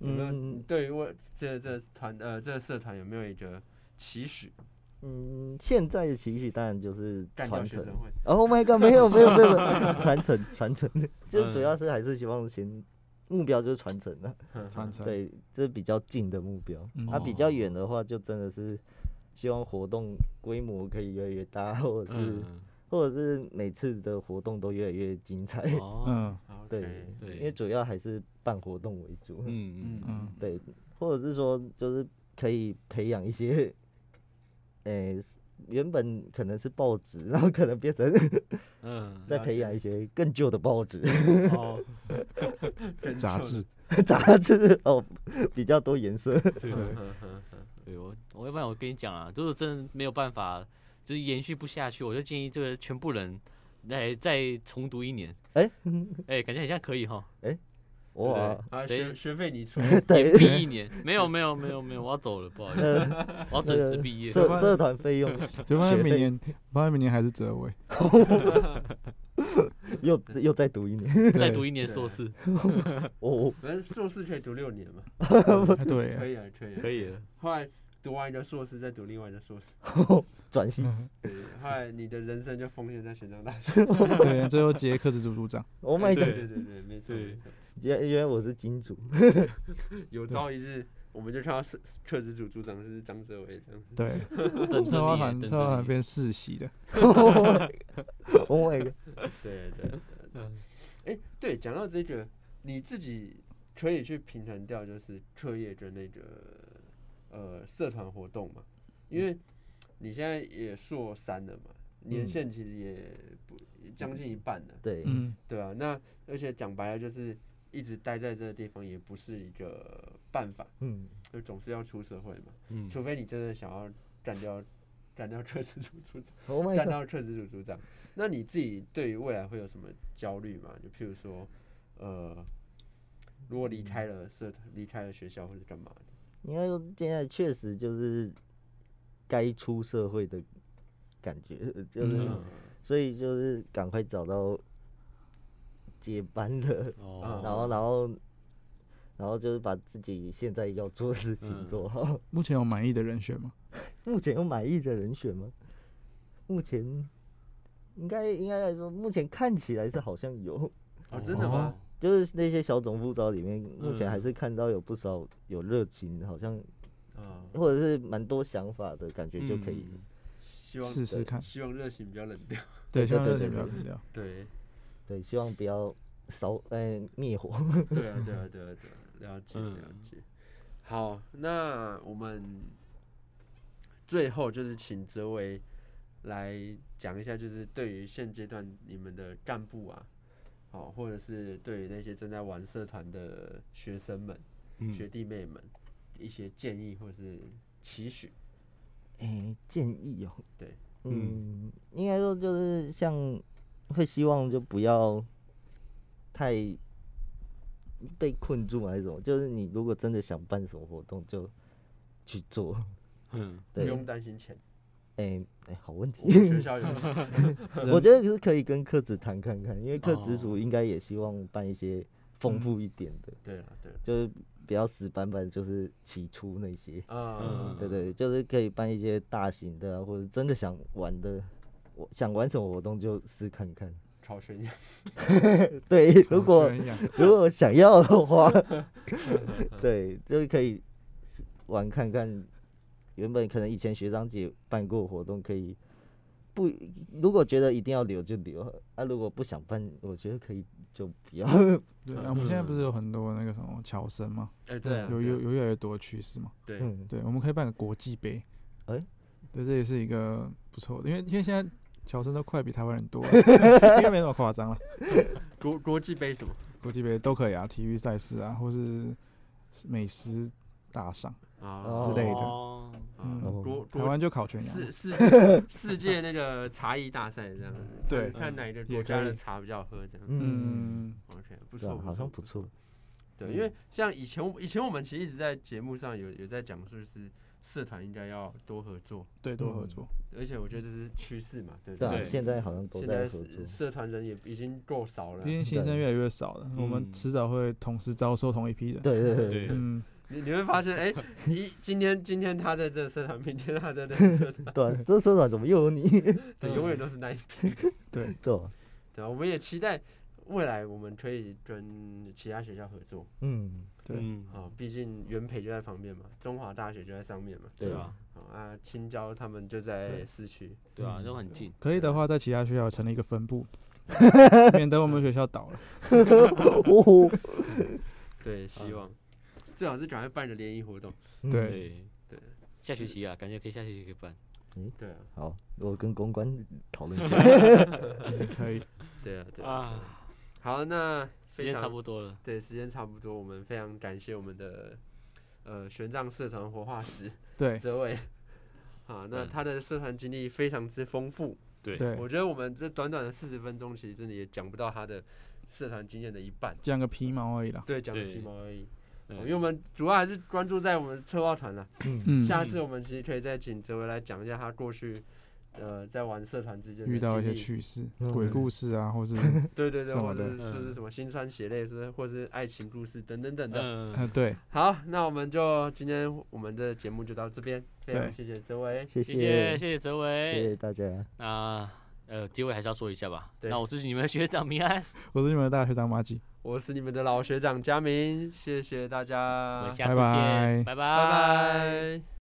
Speaker 2: 有没有
Speaker 4: 嗯
Speaker 2: 对于我这这团呃这社团有没有一个期许？
Speaker 4: 嗯，现在的情绪当然就是
Speaker 2: 干
Speaker 4: 传
Speaker 2: 掉学
Speaker 4: 承。
Speaker 2: 生会，
Speaker 4: Oh my god，没有没有没有，没有传承传承， 就是主要是还是希望先目标就是传承啊。
Speaker 2: 哼
Speaker 3: 传承，
Speaker 4: 对，这是比较近的目标。
Speaker 3: 嗯
Speaker 4: 啊，比较远的话，就真的是希望活动规模可以越来越大，或者是、
Speaker 1: 嗯，
Speaker 4: 或者是每次的活动都越来越精彩。
Speaker 1: 哦，
Speaker 3: 嗯
Speaker 2: 哼
Speaker 4: 对
Speaker 2: OK，
Speaker 1: 对
Speaker 4: 因为主要还是办活动为主。
Speaker 1: 嗯嗯，
Speaker 3: 嗯，
Speaker 4: 对，或者是说就是可以培养一些，诶、原本可能是报纸，然后可能变成
Speaker 1: 嗯，
Speaker 4: 再
Speaker 2: 了
Speaker 4: 培
Speaker 2: 解
Speaker 4: 养一些更旧的报纸、
Speaker 2: 哦，跟
Speaker 3: 嗯
Speaker 2: 旧
Speaker 3: 杂
Speaker 2: 的
Speaker 3: 志，
Speaker 4: 杂志哦，比较多颜色。
Speaker 1: 对
Speaker 3: 对
Speaker 2: 哼哼 哼
Speaker 1: 对，我我要不然我跟你讲啊，如果真的没有办法，就是延续不下去，我就建议这个全部人来再重读一年。
Speaker 4: 哎、
Speaker 1: 哎、感觉好像可以哈，
Speaker 4: 哇，
Speaker 2: 对啊，
Speaker 1: 对
Speaker 2: 学学费 你出，
Speaker 4: 对，
Speaker 1: 延毕一年。没有没有没有没有，我要走了，不好意思，
Speaker 4: 呃，
Speaker 1: 我要
Speaker 4: 那
Speaker 1: 准时
Speaker 4: 个
Speaker 1: 毕业。
Speaker 4: 社社团费用
Speaker 3: 就发现
Speaker 4: 学
Speaker 3: 明
Speaker 4: 费
Speaker 3: 年，发现明年还是折尾，
Speaker 4: 又又再读一年。
Speaker 1: 再
Speaker 3: 对
Speaker 1: 读一年
Speaker 2: 对
Speaker 1: 硕士，
Speaker 4: 哦，
Speaker 2: 反正硕士可以读六 年嘛，
Speaker 3: 哎对
Speaker 2: 可
Speaker 3: 耶，
Speaker 2: 以啊，可以啊。
Speaker 1: 可以了。
Speaker 2: 后来读完一个硕士，再读另外一个硕士，
Speaker 4: 转型
Speaker 2: 对，后来你的人生就奉献在玄奘大学。
Speaker 3: 对， 最后杰克是组组长，
Speaker 4: ，Oh my
Speaker 1: 对
Speaker 4: god！
Speaker 2: 对对对，没错，
Speaker 1: 对
Speaker 2: 没错
Speaker 4: 原原来我是金主，
Speaker 2: 有朝一日。我们就看到是课职组组长是张哲伟这样子，
Speaker 3: 对，
Speaker 1: 等
Speaker 3: 策
Speaker 1: 着
Speaker 3: 划
Speaker 1: 你耶，
Speaker 3: 团
Speaker 1: 等
Speaker 3: 策划
Speaker 1: 着
Speaker 3: 团
Speaker 1: 你。
Speaker 3: 变世袭的，
Speaker 4: ，Oh my god！
Speaker 2: 对对对。
Speaker 1: 嗯
Speaker 2: 哎、对，讲到这个，你自己可以去平衡掉，就是课业跟那个呃社团活动嘛，因为你现在也硕三了嘛，年
Speaker 4: 嗯
Speaker 2: 限其实也不将近一半了，
Speaker 4: 对，
Speaker 3: 嗯，
Speaker 2: 对啊，那而且讲白了就是一直待在这个地方也不是一个办法，
Speaker 4: 嗯，
Speaker 2: 就总是要出社会嘛，
Speaker 1: 嗯，
Speaker 2: 除非你真的想要干掉 干掉课职组组长。
Speaker 4: Oh my
Speaker 2: 干
Speaker 4: god！
Speaker 2: 到特职组组长，那你自己对于未来会有什么焦虑吗？就譬如说，呃，如果离开了社团、离开了学校或者干嘛的？
Speaker 4: 应该说现在确实就是该出社会的感觉， 就是、
Speaker 3: 嗯
Speaker 4: 所以就是赶快找到接班的，
Speaker 1: 哦，
Speaker 4: 然后然后然后就是把自己现在要做的事
Speaker 1: 嗯
Speaker 4: 情做好。
Speaker 3: 目前有满意的人选吗？
Speaker 4: 目前有满意的人选吗？目前应该应该来说，目前看起来是好像有，
Speaker 2: 哦，真的吗？
Speaker 4: 就是那些小总副招里面，目前还
Speaker 1: 嗯
Speaker 4: 是看到有不少有热情，好像
Speaker 2: 啊、
Speaker 4: 或者是蛮多想法的感觉就可以。
Speaker 1: 嗯
Speaker 2: 希望
Speaker 3: 试试看，
Speaker 2: 希望热情比较冷掉。
Speaker 3: 对，希望
Speaker 4: 对
Speaker 3: 热
Speaker 4: 对
Speaker 3: 情不
Speaker 4: 对
Speaker 3: 要冷掉，
Speaker 2: 对，
Speaker 4: 对，希望不要烧，呃，灭火。
Speaker 2: 对啊，对啊，对啊，对啊，了解了
Speaker 1: 嗯
Speaker 2: 解。好，那我们最后就是请泽维来讲一下，就是对于现阶段你们的干部啊，好、或者是对于那些正在玩社团的学生们、
Speaker 1: 嗯
Speaker 2: 学弟妹们一些建议或是期许。
Speaker 4: 哎、建议哦、
Speaker 2: 对，
Speaker 4: 嗯，应该说就是像会希望就不要太被困住嘛还是什么，就是你如果真的想办什么活动就去做。
Speaker 1: 嗯，
Speaker 2: 不
Speaker 4: 对，哎
Speaker 2: 用担心 钱，
Speaker 4: 哎、好问题
Speaker 2: 我。们学校有钱。
Speaker 4: 我觉得是可以跟科子谈看看，因为科子
Speaker 1: 哦
Speaker 4: 组应该也希望办一些丰
Speaker 3: 嗯
Speaker 4: 富一点的，
Speaker 2: 对了，对了，啊
Speaker 4: 就是不要死板板，就是起初那些。
Speaker 2: 啊、
Speaker 4: 对对，就是可以办一些大型的、啊，或者真的想玩的，我想玩什么活动就试看看。
Speaker 2: 超炫耀。
Speaker 4: 对，如果
Speaker 3: 啊一样，
Speaker 4: 如果想要的话，对，就是可以试玩看看。原本可能以前学长姐办过活动，可以不如果觉得一定要留就留，啊，如果不想办，我觉得可以就不要。
Speaker 3: 对，啊我们现在不
Speaker 1: 嗯
Speaker 3: 是有很多那个什么侨生嘛，
Speaker 2: 哎、对啊，
Speaker 3: 有
Speaker 2: 对啊
Speaker 3: 有有越来越多的趋势嘛，
Speaker 2: 对，
Speaker 4: 嗯，
Speaker 3: 对，我们可以办个国际杯，
Speaker 4: 哎
Speaker 3: 对，这也是一个不错的，因为因为现在侨生都快比台湾人多 了，应该没那么夸张了，
Speaker 2: 国国际杯什么？
Speaker 3: 国际杯都可以啊，体育赛事啊，或是美食大赏，
Speaker 2: 啊
Speaker 4: 之类
Speaker 3: 的
Speaker 1: 哦
Speaker 2: 啊
Speaker 3: 嗯
Speaker 2: 国
Speaker 3: 台
Speaker 2: 国
Speaker 3: 湾就烤全羊嘛，
Speaker 2: 世世 界世界那个茶艺大赛这样子，
Speaker 3: 对
Speaker 2: 看哪一个
Speaker 3: 也
Speaker 2: 国
Speaker 3: 可
Speaker 2: 家的
Speaker 3: 以
Speaker 2: 茶比较好喝这样。
Speaker 4: 嗯，
Speaker 3: 嗯，
Speaker 2: OK，不
Speaker 4: 对啊
Speaker 2: 错，
Speaker 4: 好像不错。嗯
Speaker 2: 对，因为像以前我以前我们其实一直在节目上有有在讲，就是社团应该要多合作，
Speaker 3: 对，多合
Speaker 4: 嗯
Speaker 3: 作，
Speaker 2: 而且我觉得这是趋势嘛，对不
Speaker 4: 对啊
Speaker 1: 对，
Speaker 4: 现在好像都
Speaker 2: 现在
Speaker 4: 在合作
Speaker 2: 社。社团人也已经够少了
Speaker 4: 嗯
Speaker 3: 因，为新生
Speaker 4: 对
Speaker 3: 越来越少了，我们
Speaker 1: 嗯
Speaker 3: 迟早会同时招收同一批人。
Speaker 4: 对对对，
Speaker 1: 对，
Speaker 3: 嗯，
Speaker 2: 你你会发现，哎、一今天今天他在这个社团，明天他在那个 社团，
Speaker 4: 对啊，这社团怎么又有你？
Speaker 2: 对，永远都是那一批。
Speaker 3: 对，
Speaker 4: 对啊，
Speaker 2: 对啊，我们也期待未来我们可以跟其他学校合作
Speaker 4: 嗯，
Speaker 3: 对
Speaker 1: 嗯，
Speaker 2: 啊，毕竟元培就在旁边嘛，中华大学就在上面嘛，
Speaker 1: 对啊，
Speaker 2: 啊啊，青椒他们就在
Speaker 3: 对
Speaker 2: 市区，
Speaker 1: 对啊，都很近，
Speaker 3: 可以的话，在其他学校成立一个分 部，免得我们学校倒了。
Speaker 4: 哦，
Speaker 2: 对，希
Speaker 1: 啊
Speaker 2: 望最好是赶快办个联谊活动，
Speaker 4: 嗯
Speaker 3: 对
Speaker 1: 对
Speaker 2: 对，
Speaker 1: 下学期啊，感觉可以下学期可以办，
Speaker 2: 对啊，
Speaker 4: 好，我跟公关讨论一 下。
Speaker 3: 可以，
Speaker 2: 对啊，对啊。
Speaker 1: 啊，
Speaker 2: 好，那
Speaker 1: 时
Speaker 2: 非
Speaker 1: 间
Speaker 2: 常
Speaker 1: 差不多了，
Speaker 2: 对，时间差不多，我们非常感谢我们的呃玄奘社团活化石
Speaker 3: 对
Speaker 2: 这位。 啊，那
Speaker 1: 嗯
Speaker 2: 他的社团经历非常之丰富，
Speaker 1: 对
Speaker 3: 对，
Speaker 2: 我觉得我们这短短的四十分钟，其实真的也讲不到他的社团经验的一半，
Speaker 3: 讲个皮毛而已啦。
Speaker 2: 对，讲
Speaker 1: 对
Speaker 2: 皮毛而已。哦
Speaker 1: 对
Speaker 2: 因为我们主要还是关注在我们策划团了。
Speaker 4: 嗯，
Speaker 3: 嗯，
Speaker 2: 下次我们其实可以再请哲维来讲一下他过去，呃，在玩社团之间的
Speaker 3: 遇到
Speaker 2: 经
Speaker 3: 一些
Speaker 2: 历，
Speaker 3: 趣事、
Speaker 4: 嗯
Speaker 3: 鬼故事啊，或是
Speaker 2: 对对对，
Speaker 3: 什么
Speaker 2: 或者
Speaker 3: 的
Speaker 2: 说是
Speaker 1: 嗯
Speaker 2: 什么心酸血泪，是或是爱情故事等等等的。
Speaker 3: 呃
Speaker 1: 嗯，
Speaker 3: 对，
Speaker 2: 好，那我们就今天我们的节目就到这边，非常
Speaker 3: 对
Speaker 2: 谢谢哲维。
Speaker 4: 谢
Speaker 1: 谢谢
Speaker 4: 谢
Speaker 1: 谢谢泽
Speaker 4: 谢
Speaker 1: 伟，
Speaker 4: 谢大家，
Speaker 1: 那呃结尾还是要说一下吧，
Speaker 2: 对
Speaker 1: 那我是你们的学长明安，
Speaker 3: 我是你们的大学当妈鸡，
Speaker 2: 我是你们的老学长佳明，谢谢大家，
Speaker 1: 我们下
Speaker 3: 拜
Speaker 1: 次见，拜
Speaker 2: 拜
Speaker 3: 拜
Speaker 2: 拜。